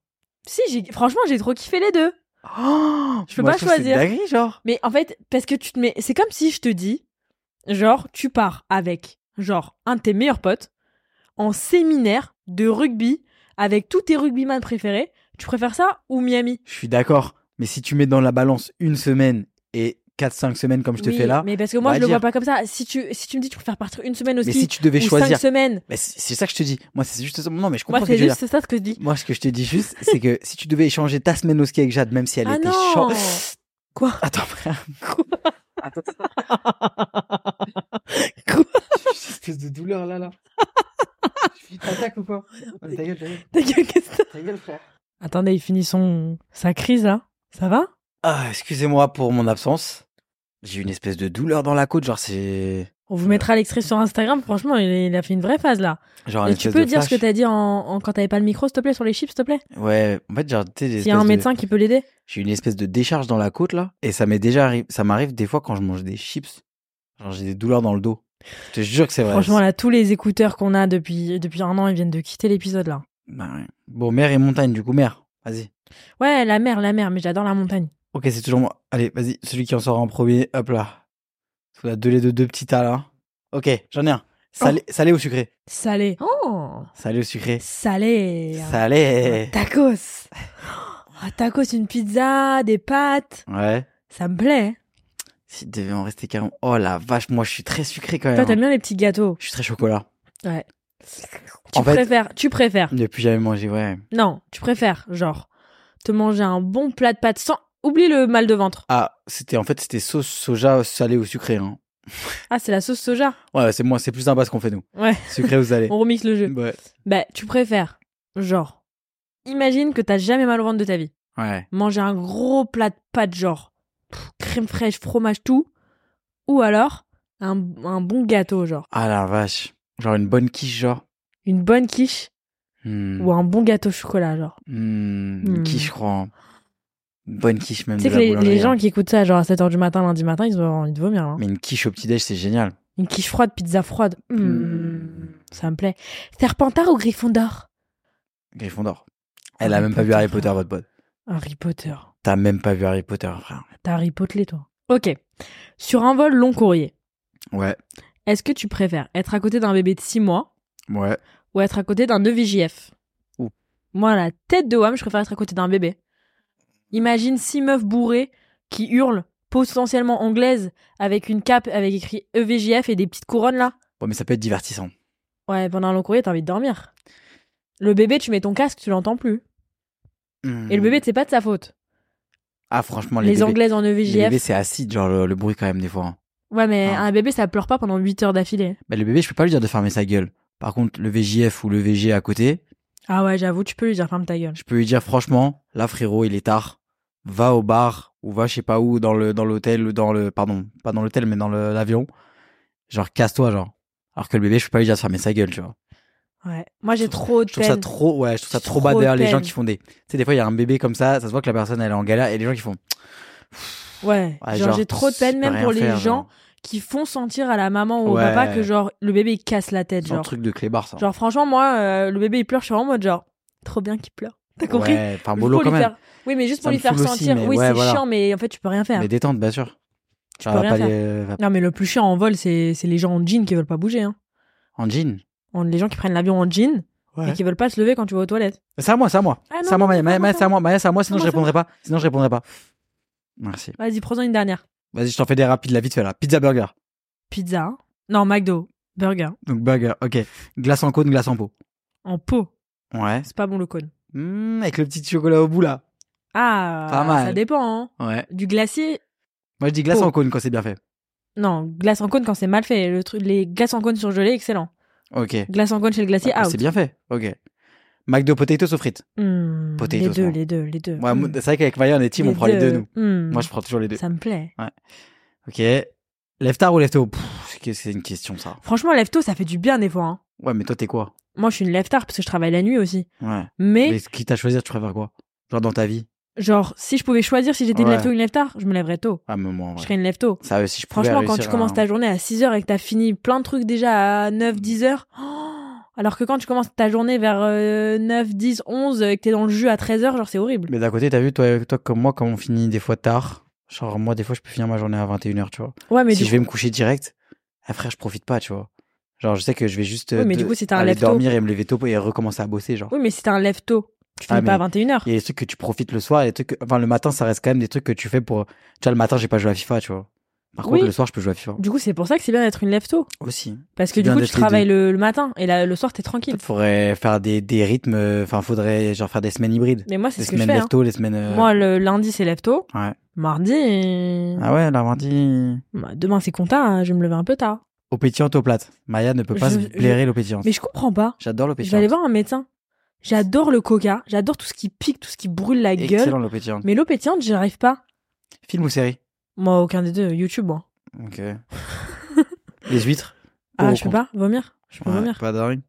[SPEAKER 1] Si, j'ai- franchement, j'ai trop kiffé les deux. Oh, Je peux
[SPEAKER 2] Moi,
[SPEAKER 1] pas
[SPEAKER 2] trouve que c'est
[SPEAKER 1] choisir.
[SPEAKER 2] dinguerie, genre.
[SPEAKER 1] Mais en fait, parce que tu te mets. C'est comme si je te dis, genre, tu pars avec, genre, un de tes meilleurs potes en séminaire de rugby avec tous tes rugbyman préférés. Tu préfères ça ou Miami
[SPEAKER 2] Je suis d'accord, mais si tu mets dans la balance une semaine et 4-5 semaines comme je te
[SPEAKER 1] Oui,
[SPEAKER 2] fais là, mais,
[SPEAKER 1] Mais parce que
[SPEAKER 2] on
[SPEAKER 1] moi,
[SPEAKER 2] va
[SPEAKER 1] je le vois
[SPEAKER 2] dire.
[SPEAKER 1] pas comme ça. Si tu, si tu me dis, tu préfères partir une semaine au ski
[SPEAKER 2] si tu devais
[SPEAKER 1] ou
[SPEAKER 2] choisir,
[SPEAKER 1] cinq semaines,
[SPEAKER 2] Mais c'est c'est ça que je te dis. Moi, c'est juste ça. Non, mais je
[SPEAKER 1] moi,
[SPEAKER 2] comprends ce que
[SPEAKER 1] c'est
[SPEAKER 2] tu veux
[SPEAKER 1] juste ça ce que je dis.
[SPEAKER 2] dire. Moi, ce que je te dis juste, c'est que si tu devais échanger ta semaine au ski avec Jade, même si elle
[SPEAKER 1] Ah
[SPEAKER 2] était
[SPEAKER 1] non
[SPEAKER 2] chaude.
[SPEAKER 1] Quoi
[SPEAKER 2] Attends, frère. Espèce de douleur là, là. T'attaques ou quoi Ta gueule,
[SPEAKER 1] Ta gueule, qu'est-ce que
[SPEAKER 2] ta gueule, frère.
[SPEAKER 1] Attendez, il finit son... sa crise là. Ça va
[SPEAKER 2] Ah, excusez-moi pour mon absence. J'ai eu une espèce de douleur dans la côte, genre c'est.
[SPEAKER 1] On vous mettra l'extrait sur Instagram. Franchement, il, il a fait une vraie phase là.
[SPEAKER 2] Genre
[SPEAKER 1] Et tu peux dire ce que t'as dit en, en- quand t'avais pas le micro, s'il te plaît, sur les chips, s'il te plaît.
[SPEAKER 2] t'as. Ouais, en fait, genre, tu sais, des
[SPEAKER 1] S'il y a un
[SPEAKER 2] espèces de-
[SPEAKER 1] médecin qui peut l'aider.
[SPEAKER 2] J'ai une espèce de décharge dans la côte là, et ça m'est déjà arrivé. Ça m'arrive des fois quand je mange des chips. Genre j'ai des douleurs dans le dos. Je te jure que c'est vrai.
[SPEAKER 1] Franchement, là, tous les écouteurs qu'on a depuis, depuis un an, ils viennent de quitter l'épisode là.
[SPEAKER 2] Bah ouais. Bon, mer et montagne, du coup, mer. Vas-y.
[SPEAKER 1] Ouais, la mer, la mer, mais j'adore la montagne.
[SPEAKER 2] Ok, c'est toujours moi. Allez, vas-y, celui qui en sort en premier, hop là. Sous la deux les deux, deux petits tas là. Ok, j'en ai un. Salé,
[SPEAKER 1] Oh.
[SPEAKER 2] salé ou sucré
[SPEAKER 1] Salé. Oh
[SPEAKER 2] Salé ou sucré
[SPEAKER 1] Salé.
[SPEAKER 2] Salé
[SPEAKER 1] Tacos. Oh, tacos, une pizza, des pâtes.
[SPEAKER 2] Ouais.
[SPEAKER 1] Ça me plaît. hein.
[SPEAKER 2] S'il devait en rester carrément. Oh la vache, moi je suis très sucré quand même. hein.
[SPEAKER 1] Toi, t'aimes bien les petits gâteaux.
[SPEAKER 2] Je suis très chocolat.
[SPEAKER 1] Ouais. Tu
[SPEAKER 2] En fait-
[SPEAKER 1] préfères, tu préfères.
[SPEAKER 2] Depuis jamais mangé, ouais.
[SPEAKER 1] Non, tu préfères, genre, te manger un bon plat de pâtes sans. Oublie le mal de ventre.
[SPEAKER 2] Ah, c'était en fait c'était sauce soja salée ou sucrée. Hein.
[SPEAKER 1] Ah, c'est la sauce soja.
[SPEAKER 2] Ouais, c'est moi, c'est plus un bas qu'on fait nous.
[SPEAKER 1] Ouais.
[SPEAKER 2] Sucré ou salé.
[SPEAKER 1] On remixe le jeu.
[SPEAKER 2] ouais.
[SPEAKER 1] Bah, tu préfères, genre, imagine que t'as jamais mal au ventre de ta vie.
[SPEAKER 2] Ouais.
[SPEAKER 1] Manger un gros plat de pâtes, genre, pff, crème fraîche, fromage, tout. Ou alors, un, un bon gâteau, genre,
[SPEAKER 2] Ah la vache. Genre une bonne quiche, genre.
[SPEAKER 1] une bonne quiche
[SPEAKER 2] Hmm.
[SPEAKER 1] ou un bon gâteau au chocolat, genre.
[SPEAKER 2] Hmm,
[SPEAKER 1] Hmm.
[SPEAKER 2] Une quiche, je crois. hein. Une bonne quiche même.
[SPEAKER 1] Tu sais
[SPEAKER 2] de
[SPEAKER 1] que
[SPEAKER 2] la
[SPEAKER 1] les,
[SPEAKER 2] boulangerie,
[SPEAKER 1] les gens
[SPEAKER 2] hein.
[SPEAKER 1] qui écoutent ça, genre, à 7h du matin, lundi matin, ils ont envie de vomir, hein.
[SPEAKER 2] Mais une quiche au petit-déj, c'est génial.
[SPEAKER 1] Une quiche froide, pizza froide. Mm,
[SPEAKER 2] Hmm.
[SPEAKER 1] Ça me plaît. Serpentard ou Gryffondor
[SPEAKER 2] Gryffondor.
[SPEAKER 1] Ah,
[SPEAKER 2] Elle a même pas vu Harry Potter, votre pote.
[SPEAKER 1] Harry Potter.
[SPEAKER 2] T'as même pas vu Harry Potter, frère.
[SPEAKER 1] T'as Harry Potter, toi. Ok. Sur un vol long courrier,
[SPEAKER 2] Ouais.
[SPEAKER 1] est-ce que tu préfères être à côté d'un bébé de 6 mois
[SPEAKER 2] Ouais.
[SPEAKER 1] ou être à côté d'un E EVJF
[SPEAKER 2] Ouh.
[SPEAKER 1] Moi, à la tête de Wam, je préfère être à côté d'un bébé. Imagine six meufs bourrées qui hurlent, potentiellement anglaises, avec une cape avec écrit E EVJF et des petites couronnes là.
[SPEAKER 2] Bon, mais ça peut être divertissant.
[SPEAKER 1] Ouais, pendant un long courrier, t'as envie de dormir. Le bébé, tu mets ton casque, tu l'entends plus. Et le bébé, c'est pas de sa faute.
[SPEAKER 2] Hmm. Ah, franchement, les,
[SPEAKER 1] les,
[SPEAKER 2] bébés-
[SPEAKER 1] Anglaises en E
[SPEAKER 2] Les
[SPEAKER 1] EVJF.
[SPEAKER 2] bébés, c'est acide, genre le, le bruit quand même, des fois. hein.
[SPEAKER 1] ouais, mais
[SPEAKER 2] Ah.
[SPEAKER 1] un bébé, ça pleure pas pendant 8 heures d'affilée.
[SPEAKER 2] Bah, le bébé, je peux pas lui dire de fermer sa gueule. Par contre, le VJF ou le VG à côté,
[SPEAKER 1] Ah ouais, j'avoue, tu peux lui dire ferme ta gueule.
[SPEAKER 2] je peux lui dire franchement, là frérot, il est tard. Va au bar ou va je sais pas où dans le dans l'hôtel ou dans le pardon, pas dans l'hôtel mais dans le- l'avion. Genre casse-toi genre. Alors que le bébé, je peux pas lui dire de fermer sa gueule, tu vois.
[SPEAKER 1] Ouais. Moi, j'ai trop de
[SPEAKER 2] Je trouve ça
[SPEAKER 1] peine.
[SPEAKER 2] trop ouais, je trouve ça
[SPEAKER 1] C'est
[SPEAKER 2] trop
[SPEAKER 1] trop
[SPEAKER 2] bad d'ailleurs les
[SPEAKER 1] peine.
[SPEAKER 2] gens qui font des Tu sais des fois il y a un bébé comme ça, ça se voit que la personne elle est en galère et les gens qui font
[SPEAKER 1] Ouais.
[SPEAKER 2] ouais,
[SPEAKER 1] genre, j'ai trop de
[SPEAKER 2] tu
[SPEAKER 1] peine,
[SPEAKER 2] peux
[SPEAKER 1] même
[SPEAKER 2] rien
[SPEAKER 1] pour les
[SPEAKER 2] faire,
[SPEAKER 1] gens qui font sentir à la maman ou au
[SPEAKER 2] Ouais.
[SPEAKER 1] papa que, genre, le bébé, il casse la tête.
[SPEAKER 2] C'est un
[SPEAKER 1] Genre,
[SPEAKER 2] truc hein. de clébard ça.
[SPEAKER 1] genre franchement, moi, euh, le bébé, il pleure, je suis en mode, genre, trop bien qu'il pleure. T'as compris
[SPEAKER 2] Ouais, enfin
[SPEAKER 1] Juste
[SPEAKER 2] mollo
[SPEAKER 1] pour
[SPEAKER 2] quand
[SPEAKER 1] lui
[SPEAKER 2] même.
[SPEAKER 1] faire- Oui, mais juste
[SPEAKER 2] Ça
[SPEAKER 1] pour lui
[SPEAKER 2] me
[SPEAKER 1] faire
[SPEAKER 2] saoule
[SPEAKER 1] sentir.
[SPEAKER 2] aussi, mais
[SPEAKER 1] oui,
[SPEAKER 2] ouais,
[SPEAKER 1] c'est
[SPEAKER 2] voilà.
[SPEAKER 1] chiant, mais en fait, tu peux rien faire.
[SPEAKER 2] Mais détente bien sûr. Tu
[SPEAKER 1] peux
[SPEAKER 2] vas
[SPEAKER 1] rien
[SPEAKER 2] pas euh,
[SPEAKER 1] faire.
[SPEAKER 2] les- va-
[SPEAKER 1] Non, mais le plus chiant en vol, c'est c'est les gens en jean qui veulent pas bouger. Hein.
[SPEAKER 2] en jean.
[SPEAKER 1] En- Les gens qui prennent l'avion en jean et qui veulent pas se lever quand tu vas aux toilettes.
[SPEAKER 2] C'est à moi, c'est à moi.
[SPEAKER 1] Ah non,
[SPEAKER 2] c'est à moi,
[SPEAKER 1] non,
[SPEAKER 2] Maya,
[SPEAKER 1] non,
[SPEAKER 2] Maya,
[SPEAKER 1] non,
[SPEAKER 2] Maya,
[SPEAKER 1] non.
[SPEAKER 2] c'est à moi, Maya, c'est à moi,
[SPEAKER 1] Non,
[SPEAKER 2] sinon je
[SPEAKER 1] moi, c'est à
[SPEAKER 2] répondrai pas. Sinon je répondrai pas. Merci.
[SPEAKER 1] Vas-y, prends-en une dernière.
[SPEAKER 2] Vas-y, je t'en fais des rapides, la vite fait là. Pizza burger.
[SPEAKER 1] Pizza. hein. Non, McDo. Burger.
[SPEAKER 2] Donc burger, ok. Glace en cône, glace en pot.
[SPEAKER 1] En pot.
[SPEAKER 2] Ouais.
[SPEAKER 1] C'est pas bon le cône.
[SPEAKER 2] Mmh, avec le petit chocolat au bout là.
[SPEAKER 1] Ah,
[SPEAKER 2] Pas mal.
[SPEAKER 1] ça dépend. hein.
[SPEAKER 2] Ouais. Oh.
[SPEAKER 1] Du glacier.
[SPEAKER 2] Moi je dis glace
[SPEAKER 1] Pot.
[SPEAKER 2] en cône quand c'est bien fait.
[SPEAKER 1] Non, glace en cône quand c'est mal fait. Le truc, les glaces en cône surgelées, excellent.
[SPEAKER 2] Ok.
[SPEAKER 1] Glace en cône chez le glacier,
[SPEAKER 2] Bah, quand
[SPEAKER 1] out.
[SPEAKER 2] c'est bien fait. Ok. McDo potatoes aux frites.
[SPEAKER 1] Hmm,
[SPEAKER 2] Potatoes,
[SPEAKER 1] les deux,
[SPEAKER 2] moi.
[SPEAKER 1] les deux, les deux.
[SPEAKER 2] Ouais, moi,
[SPEAKER 1] Hmm.
[SPEAKER 2] c'est vrai qu'avec Maya on est team, on prend les deux nous.
[SPEAKER 1] Hmm.
[SPEAKER 2] Moi je prends toujours les deux.
[SPEAKER 1] Ça me plaît.
[SPEAKER 2] Ok. Lève-tard ou lève-tôt Pff, c'est que- C'est une question ça.
[SPEAKER 1] Franchement, lève-tôt, ça fait du bien des fois. hein.
[SPEAKER 2] Ouais, mais toi t'es quoi
[SPEAKER 1] Moi, je suis une lève-tard parce que je travaille la nuit aussi.
[SPEAKER 2] Ouais.
[SPEAKER 1] Mais,
[SPEAKER 2] Mais ce qui t'a choisi, tu préfères quoi Genre dans ta vie
[SPEAKER 1] genre, si je pouvais choisir si j'étais une
[SPEAKER 2] Ouais.
[SPEAKER 1] lève-tôt ou une lève-tard, je me lèverais tôt.
[SPEAKER 2] Ah, mais moi en
[SPEAKER 1] Je
[SPEAKER 2] vrai.
[SPEAKER 1] serais une lève-tôt.
[SPEAKER 2] Sérieux, si je pouvais
[SPEAKER 1] Franchement, quand
[SPEAKER 2] réussir
[SPEAKER 1] tu commences
[SPEAKER 2] à- Mm.
[SPEAKER 1] ta journée à 6h et que t'as fini plein de trucs déjà à 9, 10h, alors que quand tu commences ta journée vers euh, 9, 10, 11 et que t'es dans le jus à 13h, genre c'est horrible.
[SPEAKER 2] Mais d'un côté, t'as vu, toi, toi comme moi, quand on finit des fois tard, genre moi, des fois, je peux finir ma journée à 21h, tu vois.
[SPEAKER 1] Ouais, mais du
[SPEAKER 2] si je vais me coucher direct, ah, frère, je profite pas, tu vois. Genre, je sais que je vais juste euh,
[SPEAKER 1] Oui, mais
[SPEAKER 2] de-
[SPEAKER 1] du coup, si t'as un
[SPEAKER 2] aller
[SPEAKER 1] lève-tôt.
[SPEAKER 2] dormir et me lever tôt et recommencer à bosser, genre.
[SPEAKER 1] Oui, mais si t'es un lève-tôt, tu
[SPEAKER 2] Ah,
[SPEAKER 1] finis pas à
[SPEAKER 2] mais
[SPEAKER 1] 21h.
[SPEAKER 2] Il y a des trucs que tu profites le soir, et des trucs, que- enfin, le matin, ça reste quand même des trucs que tu fais pour, tu vois, le matin, j'ai pas joué à FIFA, tu vois. Par
[SPEAKER 1] Oui.
[SPEAKER 2] contre, le soir, je peux jouer à FIFA.
[SPEAKER 1] Du coup, c'est pour ça que c'est bien d'être une lève-tôt.
[SPEAKER 2] Aussi.
[SPEAKER 1] Parce que
[SPEAKER 2] C'est
[SPEAKER 1] du
[SPEAKER 2] bien
[SPEAKER 1] coup, tu
[SPEAKER 2] d'être les
[SPEAKER 1] travailles le, le matin et la- le soir, t'es tranquille.
[SPEAKER 2] Peut-être faudrait faire des, des rythmes, euh, enfin, faudrait, genre, faire des semaines hybrides.
[SPEAKER 1] Mais moi, c'est
[SPEAKER 2] Des
[SPEAKER 1] ce que je
[SPEAKER 2] semaines
[SPEAKER 1] fais. hein.
[SPEAKER 2] lève-tôt, les semaines. euh,
[SPEAKER 1] Moi, le lundi, c'est lève-tôt.
[SPEAKER 2] Ouais.
[SPEAKER 1] Mardi, euh,
[SPEAKER 2] Ah ouais, lundi.
[SPEAKER 1] bah, demain, c'est compta. hein, Je vais me lever un peu tard.
[SPEAKER 2] Au pétillant, au plate. Maya ne peut pas
[SPEAKER 1] Je-
[SPEAKER 2] se blairer l'eau pétillante.
[SPEAKER 1] Mais je comprends pas.
[SPEAKER 2] J'adore l'eau
[SPEAKER 1] Je vais aller
[SPEAKER 2] pétillante.
[SPEAKER 1] voir un médecin. J'adore le coca. J'adore tout ce qui pique, tout ce qui brûle la gueule.
[SPEAKER 2] Excellent l'eau pétillante.
[SPEAKER 1] Mais l'eau pétillante, j'y arrive pas.
[SPEAKER 2] Film ou série
[SPEAKER 1] Moi, aucun des deux. YouTube, moi.
[SPEAKER 2] Ok. Les huîtres
[SPEAKER 1] Ah,
[SPEAKER 2] Pour
[SPEAKER 1] je
[SPEAKER 2] ou
[SPEAKER 1] peux pas vomir. Je peux
[SPEAKER 2] contre Ouais,
[SPEAKER 1] vomir.
[SPEAKER 2] Pas dingue.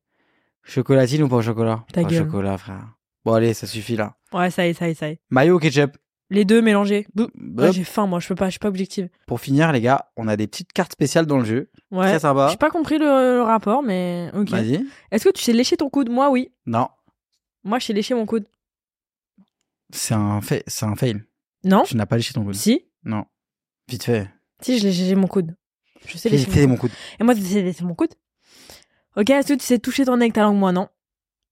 [SPEAKER 2] Chocolatine ou pas au chocolat
[SPEAKER 1] Ta
[SPEAKER 2] Pas au
[SPEAKER 1] gueule.
[SPEAKER 2] chocolat, frère. Bon, allez, ça suffit là.
[SPEAKER 1] Ouais, ça y est, ça y est, ça y est.
[SPEAKER 2] Mayo ou ketchup
[SPEAKER 1] Les deux mélangés. Bouh. Ouais,
[SPEAKER 2] Hop.
[SPEAKER 1] Ah, j'ai faim, moi. Je peux pas. Je suis pas objective.
[SPEAKER 2] Pour finir, les gars, on a des petites cartes spéciales dans le jeu.
[SPEAKER 1] Ouais.
[SPEAKER 2] Très sympa.
[SPEAKER 1] J'ai pas compris le, le rapport, mais ok.
[SPEAKER 2] Vas-y.
[SPEAKER 1] Est-ce que tu sais lécher ton coude Moi, oui.
[SPEAKER 2] Non,
[SPEAKER 1] Moi, je sais lécher mon coude.
[SPEAKER 2] c'est un, fa- c'est un fail.
[SPEAKER 1] Non
[SPEAKER 2] Tu n'as pas léché ton coude.
[SPEAKER 1] Si.
[SPEAKER 2] Non. Vite fait.
[SPEAKER 1] Si, je l'ai léché mon coude. Je sais lécher
[SPEAKER 2] Vite
[SPEAKER 1] mon
[SPEAKER 2] fait,
[SPEAKER 1] coude.
[SPEAKER 2] mon coude.
[SPEAKER 1] Et moi, tu sais lécher mon coude Ok, est-ce que tu sais toucher ton nez avec ta langue Moi, non.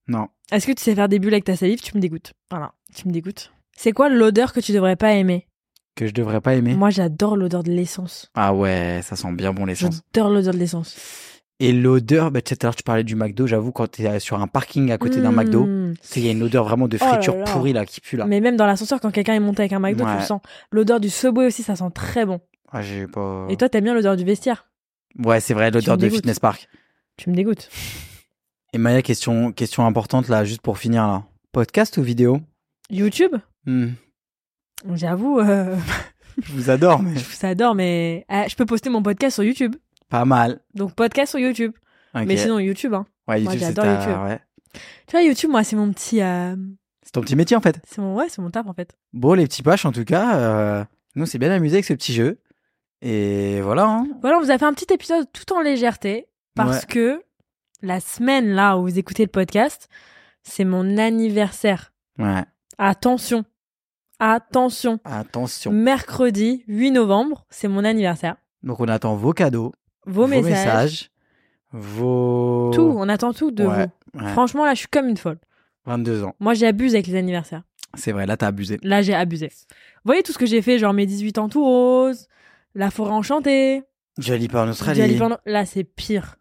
[SPEAKER 2] Non.
[SPEAKER 1] Est-ce que tu sais faire des bulles avec ta salive Tu me dégoûtes. Voilà, tu me dégoûtes. C'est quoi l'odeur que tu devrais pas aimer
[SPEAKER 2] Que je devrais pas aimer.
[SPEAKER 1] Moi, j'adore l'odeur de l'essence.
[SPEAKER 2] Ah ouais, ça sent bien bon l'essence.
[SPEAKER 1] J'adore l'odeur de l'essence.
[SPEAKER 2] Et l'odeur, bah, tu sais, tout à l'heure, tu parlais du McDo. J'avoue, quand t'es euh, sur un parking à côté d'un McDo,
[SPEAKER 1] Mmh.
[SPEAKER 2] tu sais, il y a une odeur vraiment de
[SPEAKER 1] Oh là
[SPEAKER 2] friture
[SPEAKER 1] là.
[SPEAKER 2] pourrie là qui pue là.
[SPEAKER 1] Mais même dans l'ascenseur, quand quelqu'un est monté avec un McDo, tu
[SPEAKER 2] Ouais.
[SPEAKER 1] le sens. L'odeur du Subway aussi, ça sent très bon.
[SPEAKER 2] Ah, j'ai pas.
[SPEAKER 1] Et toi, t'aimes bien l'odeur du vestiaire
[SPEAKER 2] ouais, c'est vrai, l'odeur
[SPEAKER 1] me
[SPEAKER 2] de
[SPEAKER 1] dégoûtes.
[SPEAKER 2] fitness park.
[SPEAKER 1] Tu me dégoûtes.
[SPEAKER 2] Et Maya, question, question importante là, juste pour finir là. Podcast ou vidéo
[SPEAKER 1] YouTube
[SPEAKER 2] Hmm,
[SPEAKER 1] J'avoue, euh,
[SPEAKER 2] Je vous adore, mais
[SPEAKER 1] je vous adore, mais euh, je peux poster mon podcast sur YouTube.
[SPEAKER 2] pas mal.
[SPEAKER 1] Donc, podcast sur YouTube.
[SPEAKER 2] Ok.
[SPEAKER 1] Mais sinon, YouTube. hein. moi,
[SPEAKER 2] ouais, YouTube, c'est
[SPEAKER 1] j'adore
[SPEAKER 2] ta-
[SPEAKER 1] YouTube.
[SPEAKER 2] ouais.
[SPEAKER 1] Tu vois, YouTube, moi, c'est mon petit. euh,
[SPEAKER 2] C'est ton petit métier en fait.
[SPEAKER 1] C'est mon... Ouais, c'est mon taf, en fait.
[SPEAKER 2] Bon, les petits paches en tout cas, euh, nous, c'est bien amusé avec ce petit jeu. Et voilà. hein.
[SPEAKER 1] Voilà, on vous a fait un petit épisode tout en légèreté. Parce
[SPEAKER 2] Ouais.
[SPEAKER 1] que la semaine, là, où vous écoutez le podcast, c'est mon anniversaire.
[SPEAKER 2] Ouais.
[SPEAKER 1] Attention. Attention.
[SPEAKER 2] Attention.
[SPEAKER 1] Hmm. Mercredi 8 novembre, c'est mon anniversaire.
[SPEAKER 2] Donc on attend vos cadeaux,
[SPEAKER 1] Vos, messages,
[SPEAKER 2] vos
[SPEAKER 1] tout, hein. on attend tout de
[SPEAKER 2] Ouais,
[SPEAKER 1] vous.
[SPEAKER 2] ouais.
[SPEAKER 1] Franchement, là, je suis comme une folle.
[SPEAKER 2] 22 ans.
[SPEAKER 1] Moi, j'abuse avec les anniversaires.
[SPEAKER 2] C'est vrai, là t'as abusé.
[SPEAKER 1] Là, j'ai abusé. Vous voyez tout ce que j'ai fait, genre mes 18 ans tout rose, la forêt enchantée,
[SPEAKER 2] Jolly pas en Australie.
[SPEAKER 1] Dua Lipa en- Là, c'est pire.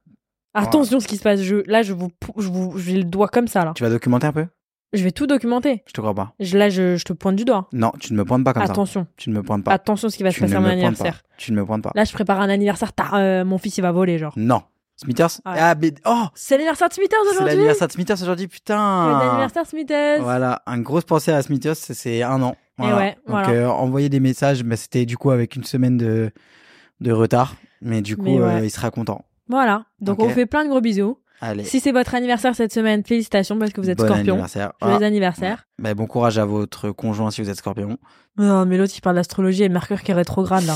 [SPEAKER 1] Attention ce qui se passe. Je, là, je vous, pou- je vous, j'ai le doigt comme ça là.
[SPEAKER 2] Tu vas documenter un peu
[SPEAKER 1] Je vais tout documenter.
[SPEAKER 2] Je te crois pas.
[SPEAKER 1] Je- là, je, je te pointe du doigt.
[SPEAKER 2] Non, tu ne me pointes pas comme ça.
[SPEAKER 1] Attention,
[SPEAKER 2] Tu ne me pointes pas.
[SPEAKER 1] attention ce qui va se
[SPEAKER 2] tu
[SPEAKER 1] passer
[SPEAKER 2] ne
[SPEAKER 1] à mon
[SPEAKER 2] me pointes
[SPEAKER 1] anniversaire.
[SPEAKER 2] pas. Tu ne me pointes pas.
[SPEAKER 1] Là, je prépare un anniversaire. tard, euh, mon fils, il va voler, genre.
[SPEAKER 2] Non. Smithers
[SPEAKER 1] Ah ouais.
[SPEAKER 2] Ah, mais... Oh
[SPEAKER 1] C'est l'anniversaire de Smithers
[SPEAKER 2] C'est
[SPEAKER 1] aujourd'hui.
[SPEAKER 2] l'anniversaire de Smithers aujourd'hui,
[SPEAKER 1] Joyeux
[SPEAKER 2] putain
[SPEAKER 1] anniversaire Smithers.
[SPEAKER 2] Voilà, un gros pensée à Smithers, c'est- c'est un an. Voilà.
[SPEAKER 1] Eh ouais,
[SPEAKER 2] Donc
[SPEAKER 1] voilà.
[SPEAKER 2] euh, envoyez des messages, mais c'était du coup avec une semaine de, de retard. Mais du coup,
[SPEAKER 1] Mais ouais.
[SPEAKER 2] euh, il sera content.
[SPEAKER 1] Voilà. Donc,
[SPEAKER 2] Ok.
[SPEAKER 1] on vous fait plein de gros bisous.
[SPEAKER 2] Allez.
[SPEAKER 1] Si c'est votre anniversaire cette semaine, félicitations parce que vous êtes
[SPEAKER 2] bon
[SPEAKER 1] scorpion.
[SPEAKER 2] anniversaire.
[SPEAKER 1] Joyeux
[SPEAKER 2] Voilà.
[SPEAKER 1] anniversaire.
[SPEAKER 2] Bah, bon courage à votre conjoint si vous êtes scorpion.
[SPEAKER 1] Non, mais l'autre, il parle d'astrologie et Mercure qui est rétrograde, là.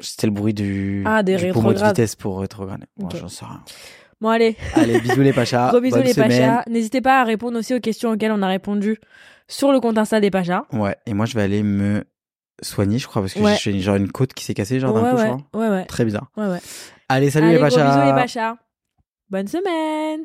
[SPEAKER 2] C'était le bruit du,
[SPEAKER 1] Ah, des
[SPEAKER 2] du pommeau de
[SPEAKER 1] rétrogrades.
[SPEAKER 2] vitesse pour rétrograde. Moi,
[SPEAKER 1] Ok.
[SPEAKER 2] j'en sais rien.
[SPEAKER 1] Bon, allez.
[SPEAKER 2] Allez, bisous les Pachas.
[SPEAKER 1] Gros bisous
[SPEAKER 2] Ah, bonne
[SPEAKER 1] les
[SPEAKER 2] semaine.
[SPEAKER 1] Pachas. N'hésitez pas à répondre aussi aux questions auxquelles on a répondu sur le compte Insta des Pachas.
[SPEAKER 2] Ouais, et moi, je vais aller me soigner, je crois, parce que
[SPEAKER 1] Ouais.
[SPEAKER 2] j'ai genre une côte qui s'est cassée, genre d'un
[SPEAKER 1] ouais,
[SPEAKER 2] coup, je
[SPEAKER 1] ouais,
[SPEAKER 2] crois.
[SPEAKER 1] ouais, ouais,
[SPEAKER 2] Très bizarre.
[SPEAKER 1] ouais, ouais.
[SPEAKER 2] Allez, hein. salut
[SPEAKER 1] Allez,
[SPEAKER 2] les Pachas.
[SPEAKER 1] Gros bisous les Pachas. Bonne semaine.